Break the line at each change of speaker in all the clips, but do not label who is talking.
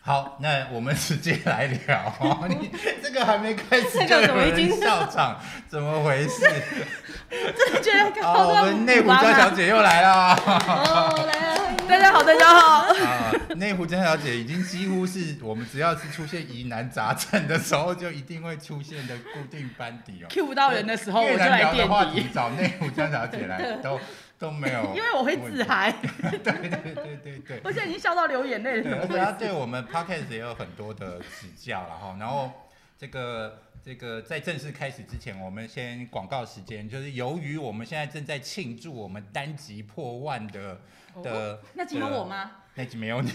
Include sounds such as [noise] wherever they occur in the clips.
好，那我们直接来聊、 [laughs] 哦。你这个还没开始
这
就
个
有
怎么已
人
经
笑场，怎么回
[laughs]
事？
呃
真的觉得看
好，
到
我们内湖江小姐又来了。
哦，来了，
大家好，大家好。
[laughs] 啊，内湖江小姐已经几乎是我们只要是出现疑难杂症的时候，就一定会出现的固定班底哦。
Q 不到人的时候，我
越
就
难
来
聊的
垫
话
底
题，，找内湖江小姐来都都没有问题，
[laughs] 因为我会自嗨，
对。对对对对对。
我现在已经笑到流眼泪
对，而
了。
且他对我们 podcast 也有很多的指教啦，然后，然后这个这个在正式开始之前，我们先广告时间，就是由于我们现在正在庆祝我们单集破万的的，
哦那请问我吗？
那集没
[laughs]
有你，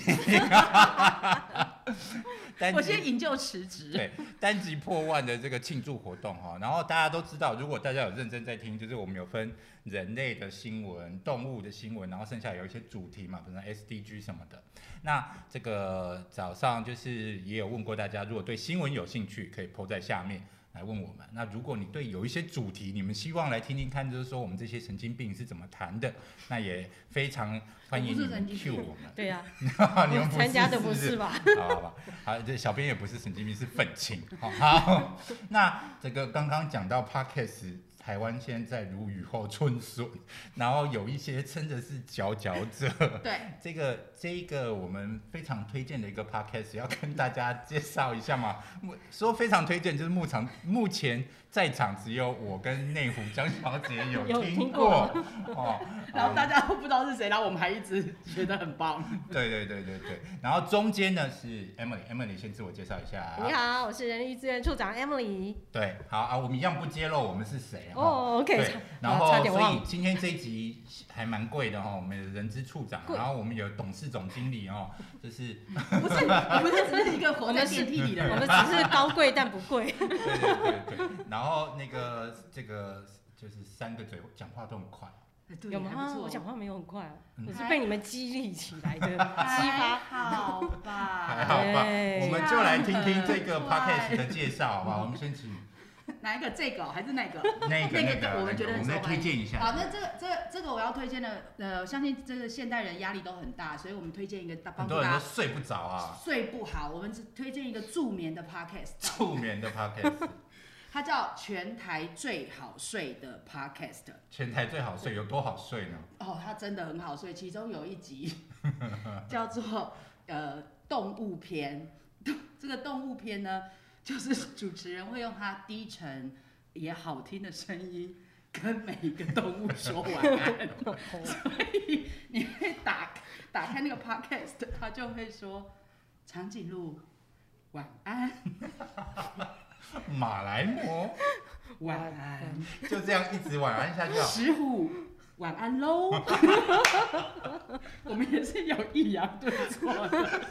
单
我
集
现在引咎辞职。
对单集破万的这个庆祝活动哈，然后大家都知道，如果大家有认真在听，就是我们有分人类的新闻、动物的新闻，然后剩下有一些主题嘛，比如说 SDG 什么的。那这个早上就是也有问过大家，如果对新闻有兴趣，可以 PO 在下面来问我们。那如果你对有一些主题，你们希望来听听看，就是说我们这些神经病是怎么谈的，那也非常欢迎你
我不是
们
神经
Q
病
我
[laughs]
们。
对
啊
呀，
你们
我参加的
不
不
是
是吧？
[laughs] 好好吧，好，这小编也不是神经病，是愤
[laughs]
青。好，好，那这个刚刚讲到 podcast，台湾现在如雨后春笋， [laughs] 然后有一些真的是佼佼者。
对，
[laughs] 这个这一个我们非常推荐的一个 podcast，要跟大家介绍一下嘛。目说非常推荐，就是目场目前在场只有我跟内湖江小姐有
[laughs] 有
听
听
过
过
哦，
然后
好
大家都不知道是谁，然后我们还一直觉得很棒。 [laughs]
对对对对对，然后中间呢是 Emily，Emily 先自我介绍一下。
你好，我是人力资源处长 Emily。
对，好啊，我们一样不揭露我们是谁啊。
哦，OK，
对
差，
然
啊差
后
点
所
忘
以
了
今天这一集还蛮贵的哈，我们有人资处长，
贵
然后我们有董事总经理哦，就是
不是，我们这只是一个 [laughs] 活在
我们是
电梯里的
我
人。
们只是高贵但不贵。
对对对对，
[laughs]
然后那个这个就是三个嘴讲话都很快，
对
有吗？我
我 [laughs] 想
讲话没有很快啊，
嗯
我是被你们激励起来的，激
[laughs] 还
发。
好
还
吧？
好吧？
啊对
我们就来听听这
[laughs]
个
很
podcast
快
的介绍好吧？我们先请
哪一个？这个哦还是那个？
那个
那个
那个，
我们觉得
我
很哎
们
受
再
欢迎
推荐一下。
好，那这个这个这个我要推荐的，呃，我相信这个现代人压力都很大，所以我们推荐一个大
很
帮助
多人都
大
睡不着
家
啊，
睡不好，我们只推荐一个助眠的 podcast，
助眠的 podcast，
它叫全台最好睡的 podcast。
全台最好睡，有多好睡呢？
哦，它真的很好睡，其中有一
[laughs]
集叫做呃动物篇，这个动物篇呢，就是主持人会用他低沉也好听的声音。跟每一个动物说晚安， [laughs] 你会打打开那个 podcast，他 [laughs] 就会说长颈鹿晚安
马来貘
晚安，
就这样一直晚安下去
[laughs]
啊。
石虎晚安喽。 [laughs]
我们也是有抑扬顿挫的。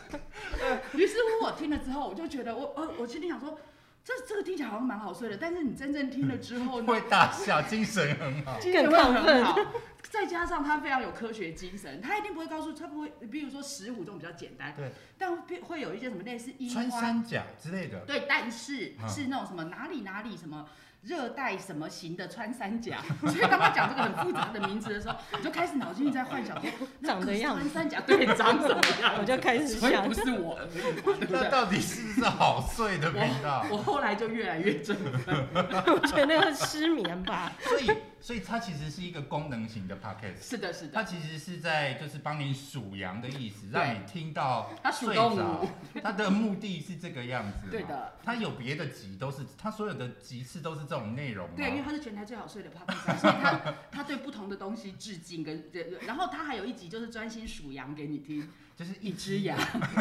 于是乎，我听了之后，我就觉得我呃，我心里想说，这这个听起来好像蛮好睡的，但是你真正听了之后呢
[laughs] 会，大笑，精神很
[laughs]
好。
精神会
更亢
很
奋
好。 [laughs] 再加上他非常有科学精神，他一定不会告诉，他不会，比如说石虎这种比较简单，
对，
但会会有一些什么类似樱
穿
花，啊
山甲之类的，
对，但是
嗯
是那种什么哪里哪里什么热带什么型的穿山甲，所以当他讲这个很复杂的名字的时候，你就开始脑筋里在幻想
[laughs]
说，那
长
个
得样
穿山甲
[laughs]
对长什么样，
我就开始
所以
想
不，是我而已嘛，对不
那
对？
到底是不是好睡的频
[laughs]
道？
我后来就越来越正
我觉得那个失眠吧。
所以，所以它其实是一个功能型的 podcast，
是的，是
它
的，
其实是在就是帮你数羊的意思，
对
让你听到
它数
睡
动
着
物。
它的目的是这个样子。
对。的，
它有别的集都是，它所有的集次都是这种内容吗？
对，因为他是全台最好睡的 p o d c a 所以他他对不同的东西致敬跟，然后他还有一集就是专心数羊给你听，
就是一
一只
只
羊。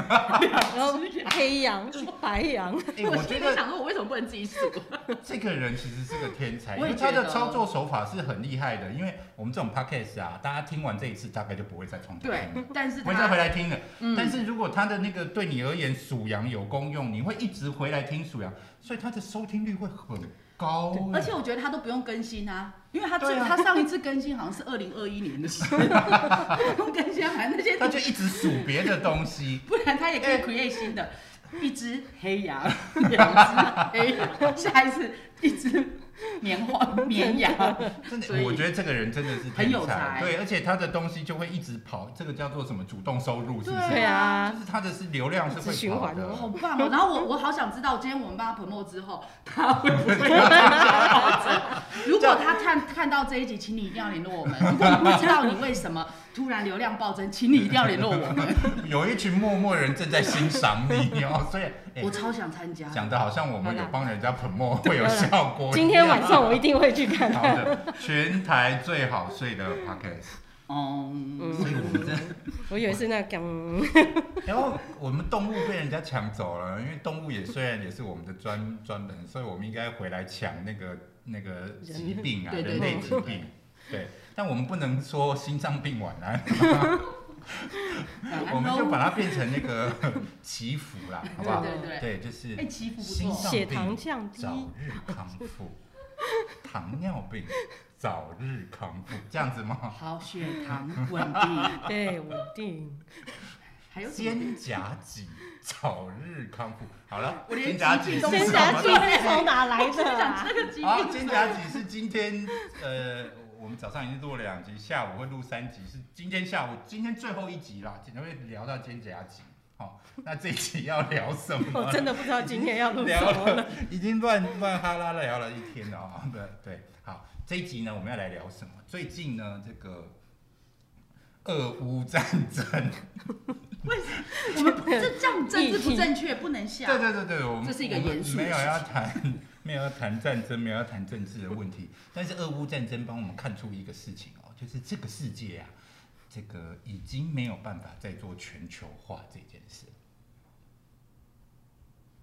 然后黑羊、白羊，
哎、我觉
心里
得
想说，我为什么不能自己数？
这个人其实是个天才，因
我也
为他
觉
的
得
操作手法是很厉害的。因为我们这种 podcast 啊，大家听完这一次大概就不会再重复
对
听了，，
但是
不会再回
他，
来听了。
嗯
但是如果他的那个对你而言数羊有功用，你会一直回来听数羊，所以他的收听率会很高欸、
而且我觉得他都不用更新啊，因为他最
对啊
他上一次更新好像是二零二一年
[laughs]
的事，不用更新啊，反正那些。
他就一直数别的东西
[laughs] 不然他也
哎
可以 create 新的，一只黑羊，两只黑羊，下一次一只
绵花、绵羊，
真
所以
的，我觉得这个人真的是
很有
天
才
对，而且他的东西就会一直跑，这个叫做什么主动收入，是不是？
对
就
啊，
是他的是流量是
一直
会
循
跑
环的
的
好。棒
棒
哦！
哦！
然
然
后
后我我好想知道，今天我们帮他 promote 之后，他会不会？
如
如
果
果
他
他
[laughs]
看看到这一集，请你一定要联络我们。如果你不知道你为什么突然流量暴增，请你一定要联络我们。
有一群默默人正在欣赏你哦，所以哎
我超想参加。
讲的好像我们
好
有
啦
帮人家 promo 会有效果一样。啊
今天晚上我一定会去看
好
看。
的，全台最好睡的 podcast，
嗯，
所以我们真的，
我以为是那讲，
然后哎我们动物被人家抢走了，因为动物也虽然也是我们的专专门，所以我们应该回来抢那个那个疾病啊，
对对
人类疾病，对，但我们不能说心脏病晚安，
啊
[laughs] 我们就把它变成那个祈福啦，好不好？
对对对，
对，就是
哎，祈福不
心
错，
脏
血糖
病
降低，
早日康复，糖尿病早日康复，这样子吗？
好，血糖稳定，
对，稳定。
还有什
肩
么
胛肌早日康复。好了，
我连
肩胛
疾
肌
病都不
是啊什
真
知
么
道
假剂
的？
是从哪来的
[laughs]
啊？
这个疾
啊，
病
肩胛肌是今天呃，我们早上已经录了两集，下午会录三集，是今天下午今天最后一集啦，今天会聊到肩胛肌。好，那这一集要聊什么
[laughs] 我
呢？
真的不知道今
[laughs]
天要录什
聊
么了。
了，已经乱乱哈拉了聊了一天了啊、 [laughs] 对对，好，这一集呢，我们要来聊什么？最近呢，这个俄乌战争，
我们这这
[laughs]
样政治不正确，不能笑
对。对对对，我们
这是一个
我们
严肃的
没有
事
要谈，没有要谈战争，没有要谈政治的问题。但是俄乌战争帮我们看出一个事情哦，就是这个世界啊，这个已经没有办法再做全球化这件事。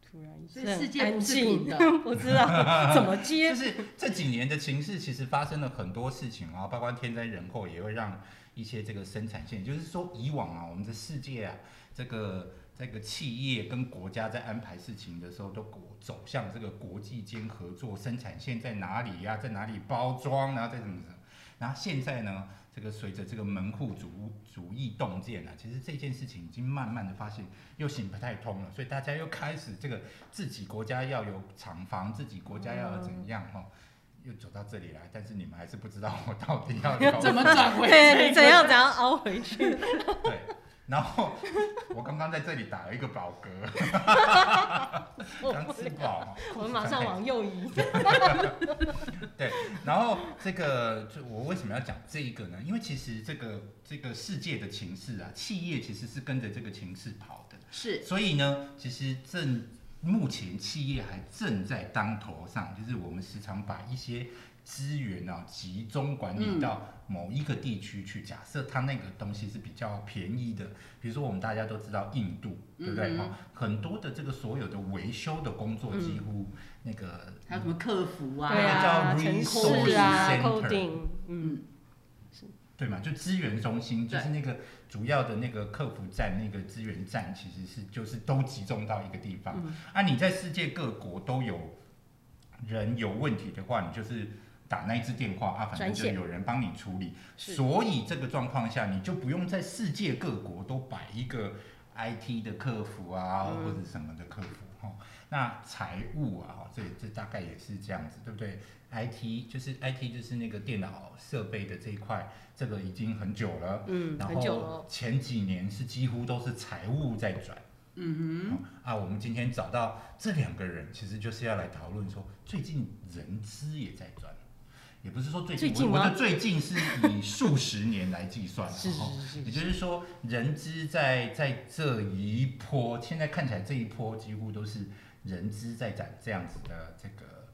突然一
所
阵
以世界
安
不是平
静，
的，
[laughs] 不知道怎么接
就。是这几年的情势，其实发生了很多事情啊，包括天灾人祸，也会让一些这个生产线，就是说以往啊，我们的世界啊，这个这个企业跟国家在安排事情的时候，都国走向这个国际间合作，生产线在哪里呀、在哪里包装啊，在怎么怎么。然后现在呢，这个随着这个门户主主义洞见啊，其实这件事情已经慢慢的发现又行不太通了，所以大家又开始这个自己国家要有厂房，自己国家要有怎
嗯
样哈、哦，又走到这里来，但是你们还是不知道我到底
[laughs]
要聊
怎么转回
对，
这
你
个
怎样怎样凹回去？
对。然后我刚刚在这里打了一个饱嗝，
[laughs] 我
刚
不
吃
了
饱。
我们马上往右移。
然后这个就我为什么要讲这一个呢？因为其实这个这个世界的情势啊，企业其实是跟着这个情势跑的。
是
所以呢，其实正目前企业还正在当头上，就是我们时常把一些资源啊集中管理到
嗯
某一个地区去。假设它那个东西是比较便宜的，比如说我们大家都知道印度，对不对？
嗯
哈、很多的这个所有的维修的工作几乎那个
还有什么客服啊？
对啊，
那叫
城
resource
市啊
center
，coding，
嗯，
嗯，
对嘛，就资源中心，就
对
是那个主要的那个客服站、那个资源站，其实是就是都集中到一个地
嗯
方。啊，你在世界各国都有人有问题的话，你就是打那一支电话啊，反正
专
就
线
有人帮你处理。
是
所以这个状况下，你就不用在世界各国都摆一个 IT 的客服啊，
嗯
或者什么的客服哈、哦。那财务啊，哦这这大概也是这样子，对不对？IT 就是 IT 就是那个电脑设备的这一块，这个已经很久了。
嗯，
然
很久
后
了。
前几年是几乎都是财务在转。嗯哼，啊，我们今天找到这两个人，其实就是要来讨论说，最近人资也在转，也不是说最近，
最近
我我
吗
的最近是以数十年来计算，
[laughs]
哦
是
然后
是
也
是，
就是是说，人资在在这一波，现在看起来这一波几乎都是人资在展这样子的这个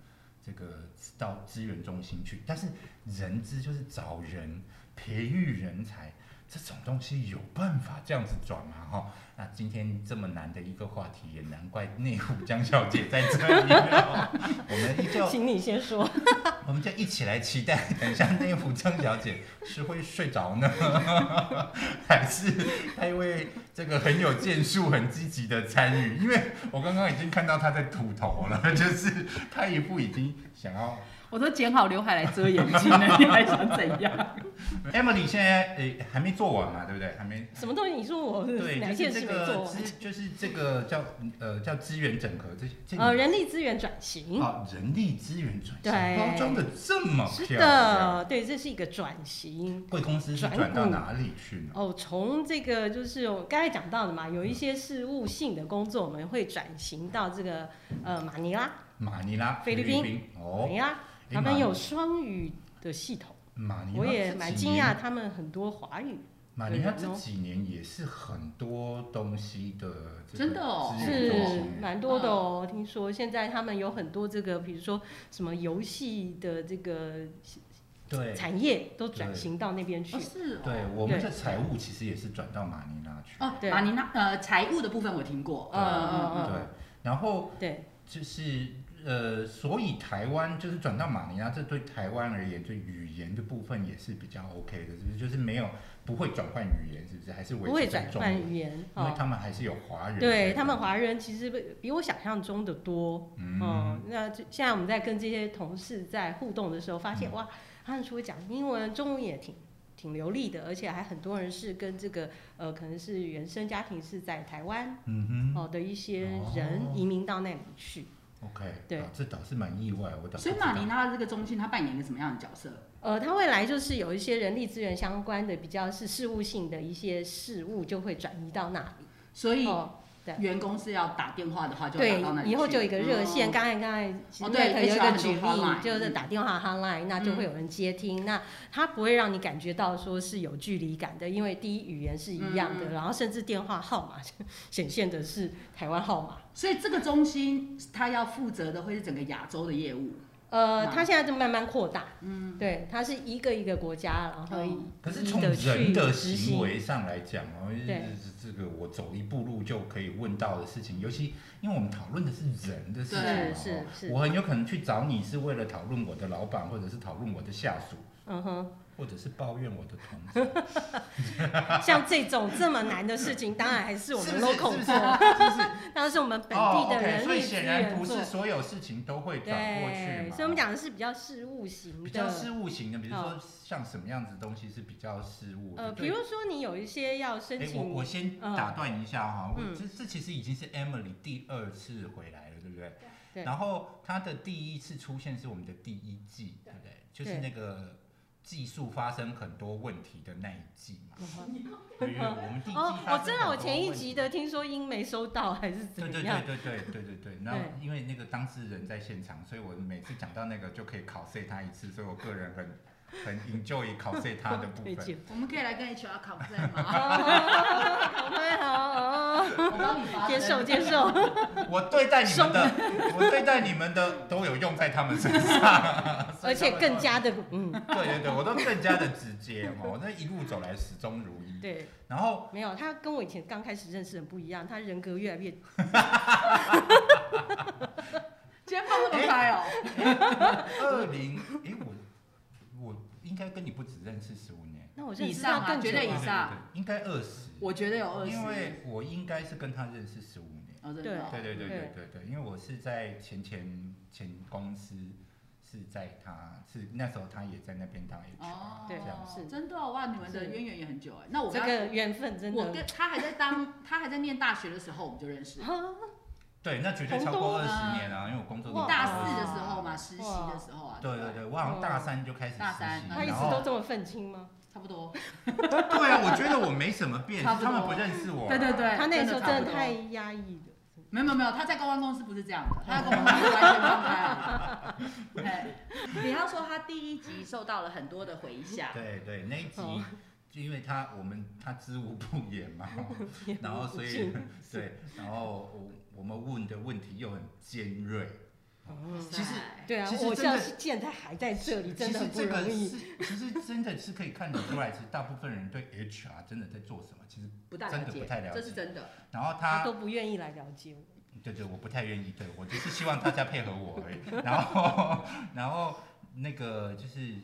这个到资源中心去，但是人资就是找人培育人才。这种东西有办法这样子转吗？哈、那今天这么难的一个话题，也难怪内湖江小姐在这里了。我们依旧
[laughs] 请你先说。
我们就一起来期待，等一下内湖张小姐是会睡着呢， [laughs] 还是她因为这个很有建树、很积极的参与？ [laughs] 因为我刚刚已经看到她在吐头了，就是她一副已经想要
我都剪好刘海来遮眼睛了，你还想怎样？
Emily 现在诶、还没做完嘛，对不对？还没。
什么东西？你说我
对，
哪一
就
嗯件
是
事
这
没做
个
完？
资，就是这个叫呃叫资源整合这这
呃，人力资源转型，
啊人力资源转型，
对
包装的这么
是
漂亮，
的，对，这是一个转型。
贵公司是
转
转到
股
哪里去呢？
哦，从这个就是我刚才讲到的嘛，有一些事务性的工作，我们会转型到这个呃马尼拉，
马尼拉，
菲
律
律宾马
哦，
尼拉，
诶
他们
马
有双语的系统，
马尼拉，
我也蛮惊讶，。他们很多华语
马尼拉
对
这
然后
几年也是很多东西的这个
真的哦
资源转
是
型
蛮多的哦。听说现在他们有很多这个，比如说什么游戏的这个
对
产业都转
对
型到那边去
哦，。 [laughs] 是哦。
对，我们
对
的财务其实也是转到马尼拉去。
哦，
对
马尼拉呃财务的部分我听过，
嗯嗯嗯
对，啊然后
对，
就是呃，所以台湾就是转到马尼拉，这对台湾而言，对语言的部分也是比较 OK 的，是不是？就是没有不会转换语言，是不是？还是
不会
维持在
转
中
换
文，
语言
因为
哦。
他们还是有华
嗯
人在的。
对他们华人其实比比我想象中的多。
嗯
哦，那就现在我们在跟这些同事在互动的时候，发
嗯
现、哇，他们除了讲英文，中文也挺挺流利的，而且还很多人是跟这个呃，可能是原生家庭是在台湾
嗯
哦的一些人
哦
移民到那里去。
哼，OK，
对
啊这倒是蛮意外，我倒
所以
不知
马
道
尼拉这个中心它扮演一个什么样的角色？
呃，他未来就是有一些人力资源相关的比较是事务性的一些事务，就会转移到那里。
所以
哦，对
员工是要打电话的哎话就打
对
到那，里
以后
去
就有一个热
嗯
线。刚才刚才其实
哦对
Matt 有一个
HR
举
很多
例
hotline，，嗯
就是打电话 hotline，那就会有人接听。那它不会让你感觉到说是有距离感的，因为第一语言是一样的，
嗯
然后甚至电话号码显现的是台湾号码。
所以这个中心它要负责的会是整个亚洲的业务。
呃，
嗯
它现在就慢慢扩大，嗯，对，它是一个一个国家，然后
嗯
可是
一
从
的去
人的
执
行
行
为上来讲哦，这
对
这个我走一步路就可以问到的事情，尤其因为我们讨论的是人的事
对
情哦，
是是
我很有可能去找你是为了讨论我的老板，或者是讨论我的下属，
嗯哼，
或者是抱怨我的同事，
像这种这么难的事情，当然还是我们
是不是
[laughs]
local
是不是
做，
[laughs] 就是
当然是我们本
哦
地的
，OK，
人
所以
力资
显然
源
不
做
是。所有事情都会转过去
对，
嘛。
所以我们讲的是比较事务型
比较
的。
事务型的，比如说
哦
像什么样子的东西是比较事务的，
呃，
对
比如说你有一些要申
哎，我
请，
我先
嗯
打断一下哈，我
嗯
这这其实已经是 Emily 第二次回来了，对不对？
对
然后她的第一次出现是我们的第一季，对不对？就是
对
那个技术发生很多问题的那一季
[laughs]
嘛。
嗯哼
对对对，我们第一季
哦，
发
我
生
知道，我
很多
前一
问
集
题
的听说音没收到还是怎
对
么
对
样
对，对对对对对，那因为那个当事人在现场，所以我每次讲到那个就可以考 C 他一次，所以我个人很很 enjoy 考 C 他的部
[laughs] 对
分。
就
我们可以来跟 HR complain 吗？ [laughs]
好快好哦，
我帮你发声
接受接受，
我对待你
[laughs]
们的，我对待你们的都有用在他们身上，所以
而
他
且
们
更
都
加的嗯，
[laughs] 对对对，我都更加的直接哦，我那一路走来始终如一。
对，
然后
没有他跟我以前刚开始认识很不一样，他人格越来越
今天放这么开哦，
二零，哎我我应该跟你不止认识十五年，
那我认
以
识
上啊
他更久
绝对以
了
上啊
对对对应该二十，
我觉得有二十。
因为我应该是跟他认识十五年。
哦，真的哦，
对对对
对
对对对，因为我是在前前前公司是在他是那时候他也在那边当 HR，、
哦，
对
这样
是
真的哦哇，你们的
是
渊源也很久哎。那我
这
跟
个缘分真
我
的
跟他还在当他还在念大学的时候我们就认识，
啊，
对，那绝对超
同
过
栋
二
啊
十年啊，因为我工作
你
都
哇
大
过
四的
20
时
年
候嘛，实习的时候啊，
对对
不
对，我好像大
哦
三就开始实习，
大三
他一直
然后
都这么愤青吗？
差不多。
对啊，我觉得我没什么变，
差
是
不
他们
多
不认识我啊，
对对对，
他那时候
哎差
真
不
的
多
太压抑了。
没有没有没有，他在公关公司不是这样的，他
[laughs]
在公关公司完全放开了。 [laughs] 哎，你要说他第一集受到了很多的回响，
对对，那一集
哦
就因为他我们他知无不言
[laughs]
嘛，然后所以对，然后我我们问的问题又很尖锐，
哦
其实
对啊
其，实
我
真的
要是现在还在这里，真的很
其
不
实这
容
个
易。
是，其实真的是可以看得出来，其实大部分人
[laughs]
对 HR 真的在做什么，其实
不大了
真的
解
不太，了解
这是真的。
然后
他
他
都不愿意来了解我。
对对，我不太愿意，对我就是希望大家配合我
[laughs]
而已。然后，然后那个就是，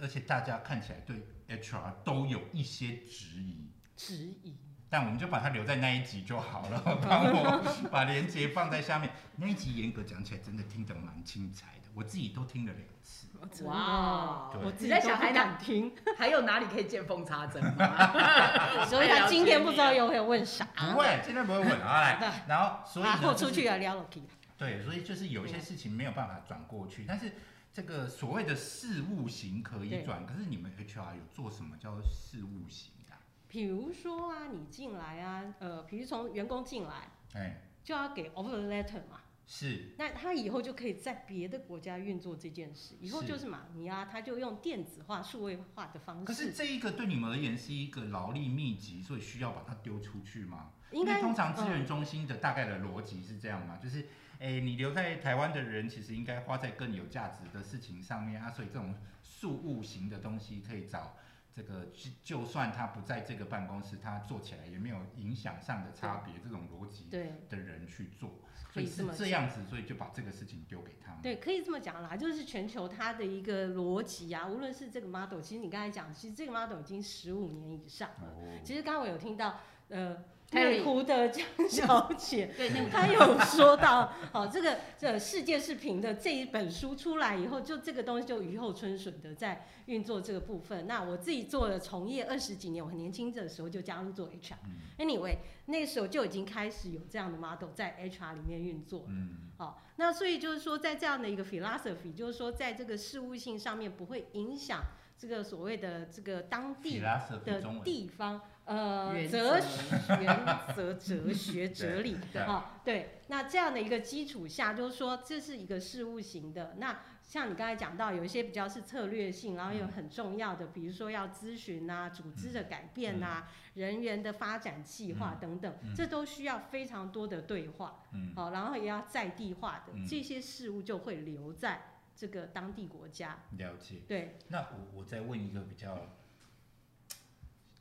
而且大家看起来对 HR 都有一些质疑，
质疑，
但我们就把它留在那一集就好了。 [laughs] 帮我把链接放在下面。那一集严格讲起来，真的听得蛮精彩的，我自己都听了两次。
哦
哇
对
我自
你
己
在
都
想
不
还
敢
哪
听，
还有哪里可以见缝插针
[laughs]
吗？
[laughs] 所以他今天不知道又会问啥。
不会，今天不会
[laughs]
问啊。来，然后所以
啊，
呢，
豁
就
出
是
去了，撩了 k
对，所以就是有一些事情没有办法转过去，但是这个所谓的事务型可以
对
转，可是你们 HR 有做什么叫事务型的啊？
比如说啊，你进来啊，呃，比如从员工进来
哎，
就要给 offer letter 嘛，
是
那他以后就可以在别的国家运作这件事，以后
是
就是马尼啊，他就用电子化、数位化的方
可是
式，
这一个对你们而言是一个劳力密集，所以需要把它丢出去吗？
应
因
该
为通常资
嗯
源中心的大概的逻辑是这样嘛，就是哎，你留在台湾的人其实应该花在更有价值的事情上面啊，所以这种事务型的东西可以找。这个就就算他不在这个办公室，他做起来也没有影响上的差别，这种逻辑
对
的人去做，
可
所以
以这
是
么
这样子，所以就把这个事情丢给他们。
对，可以这么讲啦，就是全球它的一个逻辑啊，无论是这个 model，其实你刚才讲，其实这个 model 已经十五年以上了。
哦，
其实刚刚我有听到，呃，
Terry
内湖的江小姐，
对，那个
她有说到，好、这个这世界是平的这一本书出来以后，就这个东西就雨后春笋的在运作这个部分。那我自己做了从业二十几年，我很年轻的时候就加入做 HR。
嗯
Anyway，那时候就已经开始有这样的 model 在 HR 里面运作。
嗯，
好，那所以就是说，在这样的一个 philosophy，就是说，在这个事务性上面不会影响这个所谓的这个当
喜
地
拉舍
的
中文，
地方呃
原
哲
则
学、原则、哲学、哲理
对
啊，对。那这样的一个基础下，就是说这是一个事务型的。那像你刚才讲到，有一些比较是策略性，然后有
嗯
很重要的，比如说要咨询啊、组织的改变啊、人员的发展计划等等
嗯，
这都需要非常多的对话。
嗯，
好，哦然后也要在地化的
嗯
这些事物就会留在这个当地国家。
了解。
对，
那我我再问一个比较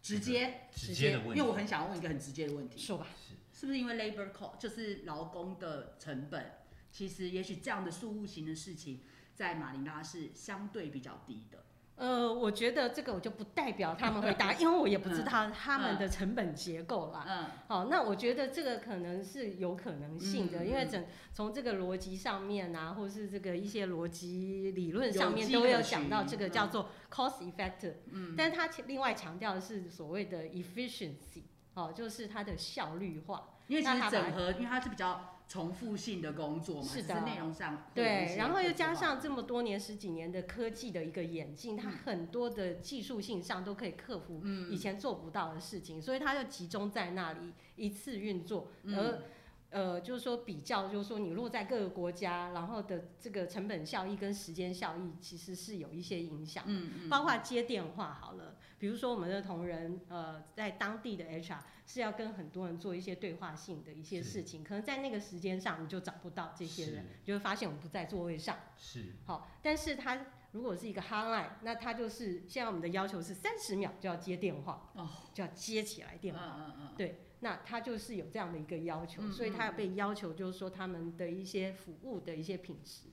直接，
直接的问
因
题，
为我很想问一个很直接的问题，
说吧，
是
是不是因为 labor cost 就是劳工的成本？其实也许这样的事务型的事情，在马尼拉是相对比较低的。
呃，我觉得这个我就不代表他们回答，因为我也不知道他们的成本结构啦。
嗯，
好，那我觉得这个可能是有可能性的，
嗯
因为整从这个逻辑上面啊，或是这个一些逻辑理论
有
上面
迹
都
可
有讲
循
到这个
嗯
叫做 cost effective，
嗯
但是它其另外强调的是所谓的 efficiency，哦，就是它的效率化。
因为其
那
实
他把
整合，因为它是比较重复性的工作嘛，
是
只
的
内容上会有一
对，
些
然后又加
刻画
上这么多年十几年的科技的一个演进，它
嗯
很多的技术性上都可以克服
嗯
以前做不到的事情，所以它就集中在那里一次运作，
嗯
而呃，就是说比较，就是说你落在各个国家，然后的这个成本效益跟时间效益其实是有一些影响。
嗯嗯，
包括接电话好了，比如说我们的同仁，呃，在当地的 HR 是要跟很多人做一些对话性的一些
是
事情，可能在那个时间上你就找不到这些人，你就会发现我们不在座位上。
是
好，但是他如果是一个 hotline，那他就是现在我们的要求是三十秒就要接电话，
哦，
就要接起来
嗯
电话。
嗯嗯，
对那他就是有这样的一个要求，
嗯
所以他有
嗯
被要求就是说他们的一些服务的一些品质。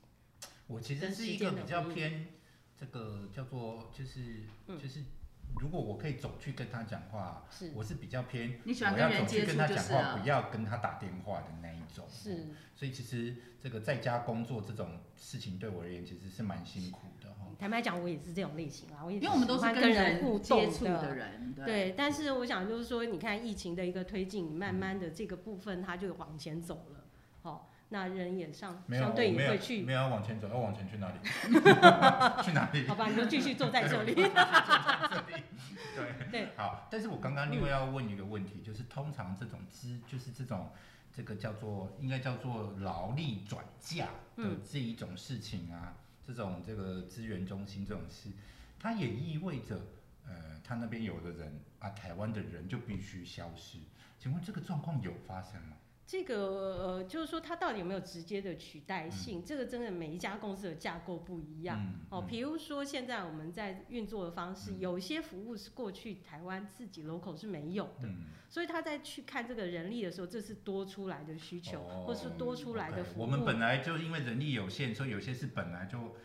我其实
跟
是
时
一个
间的
比较
回应
偏这个叫做就是
嗯
就是，如果我可以走去跟他讲
啊
话，
是
我是比较偏
嗯你喜欢
我
跟
要走
人
去
接触
跟他
就
讲
是啊
话，
了
不。要跟他打电话的那一种。哦
是，
所以其实这个在家工作这种事情对我而言其实是蛮辛苦的哦哈。
坦白讲，我也是这种类型啊，我也
因为我们都
喜
是
欢
跟
人互
人接
动
触的人，啊对，
对，但是我想就是说，你看疫情的一个推进，
嗯
慢慢的这个部分它就往前走了，哦，那人也上
没有，
相对
我没
也
有
会去，
没有要往前走，要往前去哪里？去哪里？
好吧，你就继续坐
[laughs]
在这里，
对
对
好，但是我刚刚另
嗯
外要问一个问题，就是通常这种资，就是这种这个叫做应该叫做劳力转嫁的
嗯
这一种事情啊，这种这个资源中心这种事，它也意味着，呃，他那边有的人啊，台湾的人就必须消失。请问这个状况有发生吗？
这个呃，就是说它到底有没有直接的取代性？这个真的每一家公司的架构不一样。
嗯
哦，
嗯
比如说现在我们在运作的方式，
嗯
有些服务是过去台湾自己 local 是没有的，
嗯
所以他在去看这个人力的时候，这是多出来的需求，
哦
或是多出来的
OK，
服务。
我们本来就因为人力有限，所以有些事本来就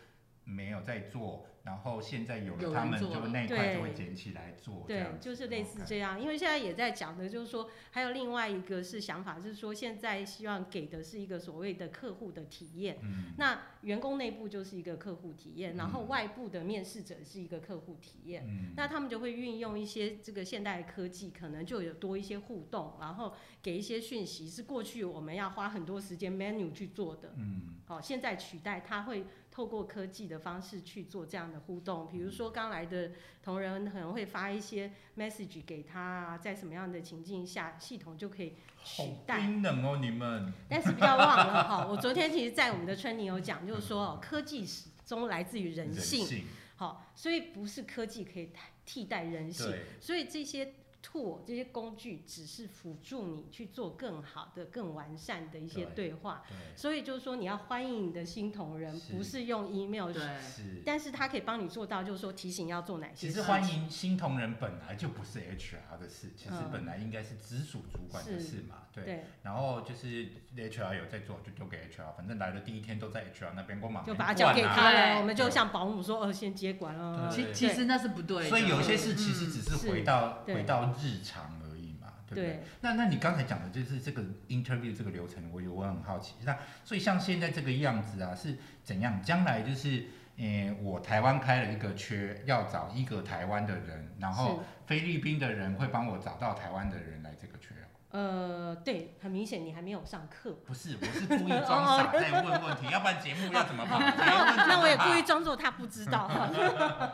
没有在做，然后现在有
有
了
人
他们，
做
就
了
那一块就
对
会捡起来做，这
对
样，子
就是类似
OK
这样，因为现在也在讲的，就是说还有另外一个是想法，是说现在希望给的是一个所谓的客户的体验。
嗯，
那员工内部就是一个客户体验，然后
嗯
外部的面试者是一个客户体验。
嗯
那他们就会运用一些这个现代科技，可能就有多一些互动，然后给一些讯息，是过去我们要花很多时间 menu 去做的。
嗯
哦，现在取代它会透过科技的方式去做这样的互动，
嗯
比如说刚来的同仁可能会发一些 message 给他啊，在什么样的情境下，系统就可以
好
取代。
冰冷哦，你们
但是不要忘了哈、 [laughs] 我昨天其实在我们的春里有讲，就是说哦，科技始终来自于人性，好、所以不是科技可以代替代人性，
对，
所以这些 tool 这些工具只是辅助你去做更好的、更完善的一些
对
对话。
对，
所以就是说，你要欢迎你的新同仁，
是
不是用 email，
对，
是。
但是他可以帮你做到，就是说提醒要做哪些
其
事
实
情。
欢迎新同仁本来就不是 HR 的事，其实
嗯
本来应该是直属主管的
是
事嘛，对。
对，
然后就是 HR 有在做，就丢给 HR，反正来的第一天都在 HR 那边光忙，
就把它交给
管啊
他了。
对
我们就像保姆说，呃，先接管了。
对
其其实那是不对的。
所以有些事其实
嗯
只是
是
回到、
对
回到日常而已嘛，对不对？
对
那那你刚才讲的就是这个 interview 这个流程，我有我很好奇。那所以像现在这个样子啊，是怎样？将来就是，嗯、我台湾开了一个缺，要找一个台湾的人，然后菲律宾的人会帮我找到台湾的人来这个缺。
呃，对，很明显你还没有上
[laughs]
课。
不是，我
[laughs]
是故意装傻在问问题，要不然节目要怎么跑？
哦那那我也故意
意。
装作他不知道。 [laughs]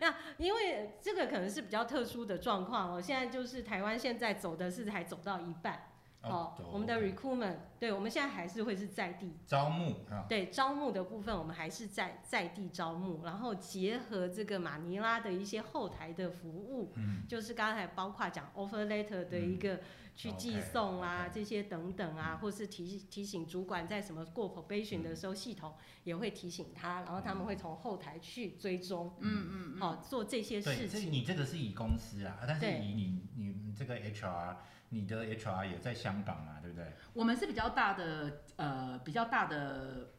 那因为这个可能是比较特殊的状况哦。现在就是台湾现在走的是才走到一半哦，我们的 recruitment，对我们现在还是会是在地
招募啊，
对招募的部分，我们还是在在地招募，然后结合这个马尼拉的一些后台的服务，
嗯，
就是刚才包括讲 offer letter 的
嗯
一个去寄
OK，
送啊
OK
这些等等啊，或是提提醒主管在什么过
嗯
probation 的时候，系统也会提醒他，然后他们会从后台去追踪，
嗯嗯嗯，
好、做这些
对，
事
这
情。
你这个是以公司啊，但是
对
以你你你这个 HR，你的 HR 也在香港嘛，对不对？
我们是比较大的呃比较大的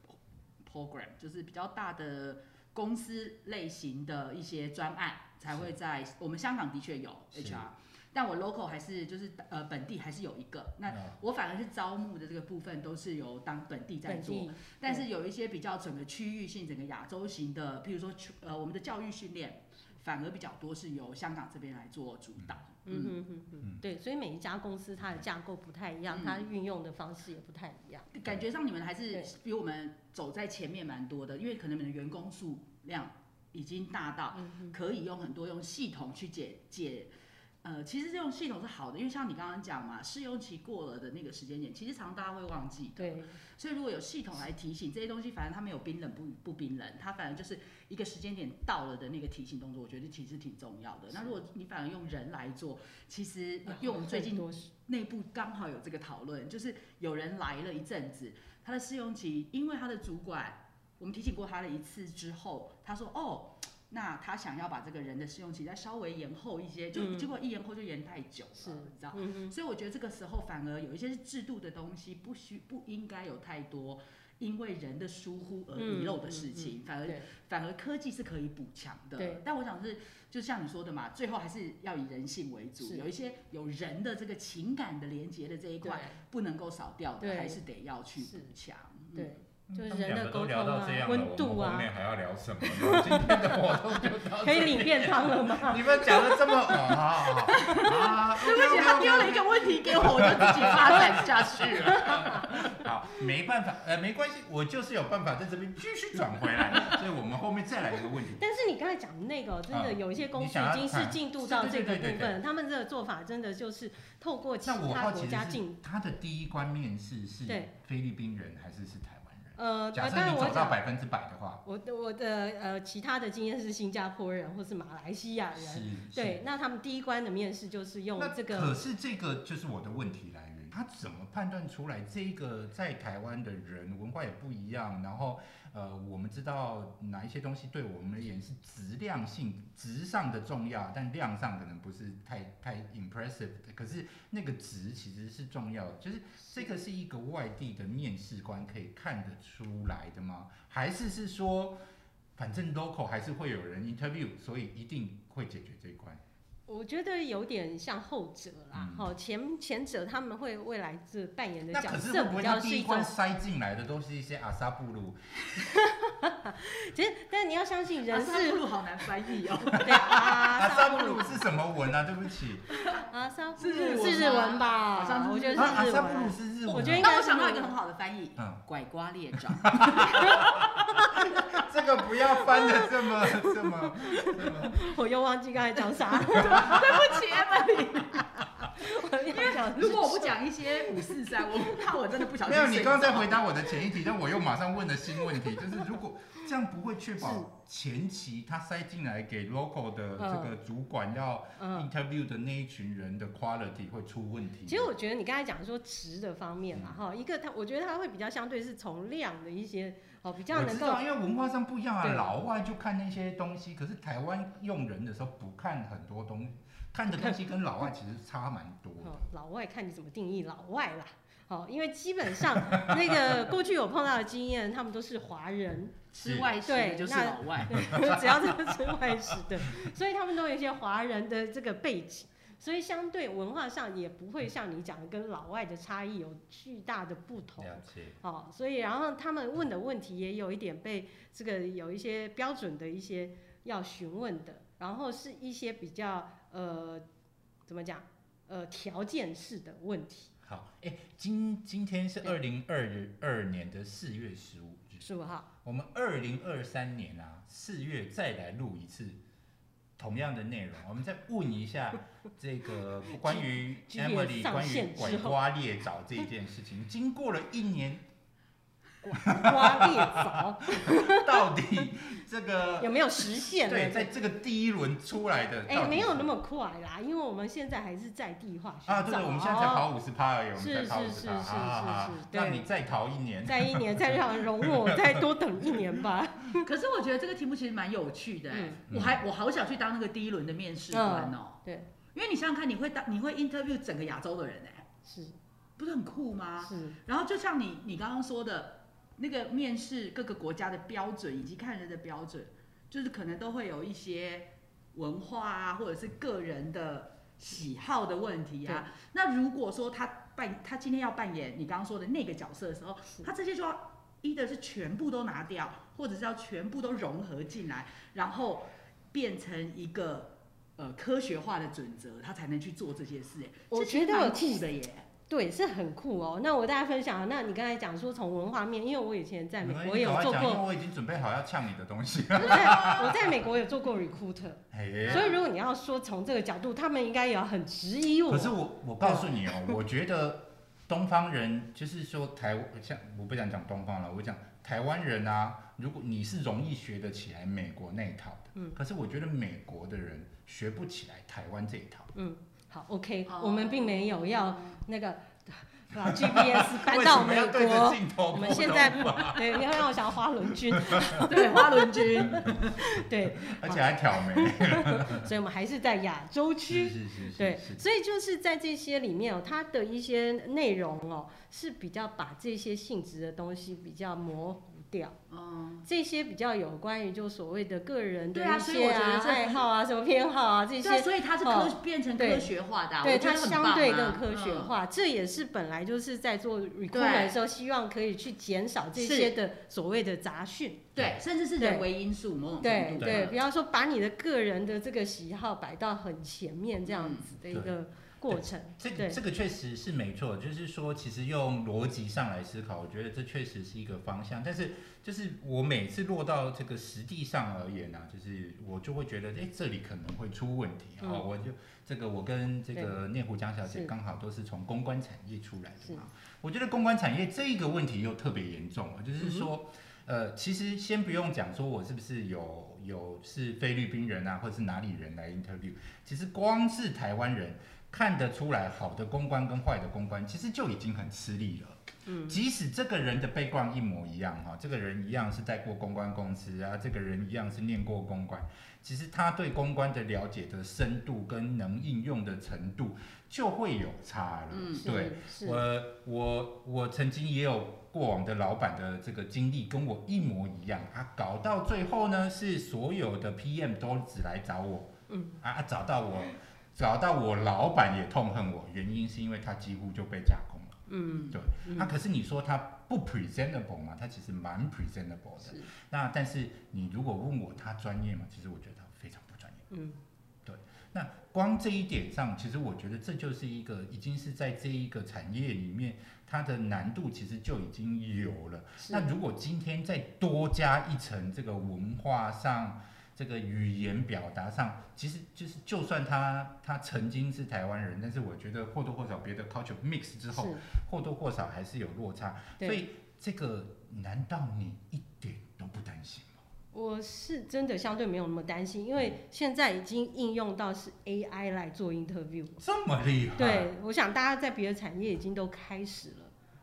program，就是比较大的公司类型的一些专案才会在我们香港的确有
是
HR，但我 local 还是就是呃本地还是有一个。那
嗯
我反而是招募的这个部分都是由当本地在
本
做，
地
但是有一些比较整个区域性、整个亚洲型的，譬如说呃我们的教育训练，反而比较多是由香港这边来做主导。
嗯哼哼哼，对，所以每一家公司它的架构不太一样，
嗯
它运用的方式也不太一样。
感觉上你们还是
对
比我们走在前面蛮多的，因为可能你们的员工数量已经大到
嗯哼，
可以用很多用系统去解解。呃，其实这种系统是好的，因为像你刚刚讲嘛，试用期过了的那个时间点，其实常常大家会忘记。
对，
所以如果有系统来提醒这些东西，反正它没有冰冷不不冰冷，它反正就是一个时间点到了的那个提醒动作，我觉得其实挺重要的。那如果你反而用人来做，其实因
[laughs]
为我们最近
很多事
内部刚好有这个讨论，就是有人来了一阵子，他的试用期，因为他的主管，我们提醒过他了一次之后，他说哦，那他想要把这个人的试用期再稍微延后一些，就、
嗯
结果一延后就延太久了，
是
你知道。
嗯哼，
所以我觉得这个时候反而有一些制度的东西，不需不应该有太多因为人的疏忽而遗漏的事情，反而
对。
反而科技是可以补强的
对。
但我想是，就像你说的嘛，最后还是要以人性为主，
是
有一些有人的这个情感的连接的这一块不能够少掉的，
对
还是得要去补强。嗯
对，就是
他们
人
两
的
个都
沟
聊
通
到
啊
这样了，
温
我
度
们
啊
后面还要聊什么呢？今天的
[laughs]
活动就到这里
可以领便当了吗？
你们讲的这么哦好，好好好啊，
对不起，他丢了一个问题给我，我就自己发展下去了。
啊 [laughs] 好，没办法，呃，没关系，我就是有办法在这边继续转回来，所以我们后面再来一个问题。
但是你刚才讲的那个哦，真
啊
的有一些公
你
司
想要
已经是
看
进度到
是对
这个
对
部
对对
分，他们这个做法真的就是透过其
那我好
他
奇
国
的
家
是
进，，
他的第一关面试是
对
菲律宾人还是是台湾人？
呃，
假
呃当
设
然
你
我
走到
讲
百分之百的话，
我的我的呃其他的经验是新加坡人或是马来西亚
是
人，，对，那他们第一关的面试就是
是
用
那
这
可
个，
是这个就是我的问题来源，他怎么判断出来这个在台湾的人文化也不一样，然后呃，我们知道哪一些东西对我们而言是质量性、质上的重要，但量上可能不是太太 impressive 的，可是那个值其实是重要的，就是这个是一个外地的面试官可以看得出来的吗？还是是说？反正 local 还是会有人 interview，所以一定会解决这一关。
我觉得有点像后者啦
嗯，
哈、前前者他们会未来这扮演的
那
角
可是
色
会不
比
会他
较是
第一
一种
关塞进来的都是一些阿萨布鲁？
其实，但你要相信人
啊
是
是
路好难翻译哦，
对啊，
阿
萨
萨
布
布
鲁
鲁是什么文啊？对不起，
啊，萨布
是日
鲁
文
是日
吗
文吧？
好像是
我觉
啊，阿
得是日
萨布鲁
文。
是日文啊。
我 [laughs] 觉得应该
那我
是
想到
日
一个
文
很好的翻译，
嗯
拐瓜裂
[laughs]
枣。
这个不要翻的这
[laughs]
么这么这么。
我又忘记刚才讲 [laughs] 啥，
对不起 Emily，
我要讲
如果我不讲一些五四三，我怕我真的不小心
没有，你刚才回
答，
答我的前一题，但我又马上问了新问题，就是如果这样不会确保前期他塞进来给 local 的这个主管要
嗯。
interview 的那一群人的 quality 会出问题。
其实我觉得你刚才讲说值的方面啦，哈，一个它，我觉得它会比较相对是从量的一些哦，比较
我
能
知
够
道，因为文化上不一样啊，
对
老外就看那些东西，可是台湾用人的时候不看很多东西，看的东西跟老外其实差蛮多的。
哦，老外看你怎么定义老外啦。哦，因为基本上 [laughs] 那个过去有碰到的经验，他们都是华人， [laughs]
吃外食
对
的就是
那
老
[laughs]
外，
只要是吃外食 [laughs] 的，所以他们都有一些华人的这个背景，所以相对文化上也不会像你讲的跟老外的差异有巨大的不同。
了解，
哦，所以然后他们问的问题也有一点被这个有一些标准的一些要询问的，然后是一些比较呃怎么讲呃条件式的问题，
好，哎、今今天是二
对
零二二年的四月十五日，
是不哈？
我们二零二三年啊四月再来录一次同样的内容，我们再问一下这个关于
G- GBA
Emily
上
关于
线之
拐
后
瓜裂枣这一件事情，经过了一年， [laughs]
瓜裂枣
到底这个
[laughs] 有没有实现呢？
对在这个第一轮出来的，
哎，没有那。么快啦，因为我们现在还是在地化学哦
啊，对对，我们现在才跑五十趴而已，我们
是
才跑五
是
十
是
趴，
是
啊
是是，
那
对
你再逃一年，
在一年，再让容
[laughs]
我再多等一年吧。
可是我觉得这个题目其实蛮有趣的、欸
嗯，
我还我好想去当那个第一轮的面试官哦、
对，
因为你想想看，你会当你会 interview 整个亚洲的人哎、
是
不是很酷吗？
是，
然后就像你你刚刚说的，那个面试各个国家的标准以及看人的标准，就是可能都会有一些文化啊，或者是个人的喜好的问题啊。那如果说他扮他今天要扮演你刚刚说的那个角色的时候
是，
他这些就要一的是全部都拿掉，或者是要全部都融合进来，然后变成一个。呃，科学化的准则，他才能去做这些事、哎，
我
这其实
觉得
蛮
我
酷的耶。
对，是很酷哦。那我大家分享，那你刚才讲说从文化面，因为我以前在
没
美
关系
国也有
嗯赶快
做
讲因
过，
为我已经准备好要呛你的东西 [laughs] 了。
我在我在美国有做
[laughs]
过 recruiter，
哎
所以如果你要说从这个角度，他们应该也要很质疑我
可。是我我告诉你
[laughs]
哦，我觉得东方人就是说台像我不想讲东方了，我讲台湾人啊，如果你是容易学得起来美国那一套的，
嗯
可是我觉得美国的人学不起来台湾这一套。
好，OK，
哦
我们并没有要那个 [laughs] 把 GPS
[laughs]
搬
为
到
什么
美
要对着
国。
镜头
我
不
们
懂
现在 [laughs] 对，要让我想要花轮君，
对，花轮君， [laughs]
对，
[laughs] 而且还挑眉，
所以我们还是在亚洲区
是。是是是，
对
是，
所以就是在这些里面哦，它的一些内容哦，是比较把这些性质的东西比较模糊掉，
嗯，
这些比较有关于就所谓的个人的
对啊
一
所以
些
我觉得这
爱好啊、什么偏好啊这
对啊，
些，
所以它是科、
哦
变成
对
科学化的啊、
对
我觉
它
得很棒啊
相对更科学。
嗯
化，这也是本来就是在做 recruitment
对
的时候，希望可以去减少这
是
些的所谓的杂讯。
嗯对，甚至是
对
人为因素某种
对
程度
对，
的。
比方说把你的个人的这个喜好摆到很前面这样子的一
嗯对
个过程。
这个
对
这个确实是没错，就是说，其实用逻辑上来思考，我觉得这确实是一个方向。但是，就是我每次落到这个实地上而言呢、啊，就是我就会觉得，哎，这里可能会出问题啊、
嗯
我就这个，我跟这个念湖江小姐
是
刚好都是从公关产业出来
是
的嘛。我觉得公关产业这个问题又特别严重了，
嗯
就是说，呃，其实先不用讲说我是不是有有是菲律宾人啊，或是哪里人来 interview，其实光是台湾人看得出来好的公关跟坏的公关，其实就已经很吃力了。
嗯
即使这个人的背景一模一样哈，这个人一样是在过公关公司啊，这个人一样是念过公关，其实他对公关的了解的深度跟能应用的程度就会有差了。
嗯
对，
是是
我我我曾经也有过往的老板的这个经历跟我一模一样，啊，搞到最后呢是所有的 PM 都只来找我，
嗯
啊，啊找到我，找到我老板也痛恨我，原因是因为他几乎就被架空了。
嗯
对，
嗯
那、可是你说他不 presentable 嘛？他其实蛮 presentable 的。
是
那但是你如果问我他专业嘛，其实我觉得他非常不专业。
嗯
那光这一点上，其实我觉得这就是一个已经是在这一个产业里面，它的难度其实就已经有了。
是
那如果今天再多加一层这个文化上、这个语言表达上，其实就是就算他他曾经是台湾人，但是我觉得或多或少别的 culture mix 之后，
是
或多或少还是有落差。
对
所以这个难道你一点都不担心吗？
我是真的相对没有那么担心，因为现在已经应用到是 AI 来做 interview 了。
这么厉害？
对，我想大家在别的产业已经都开始了。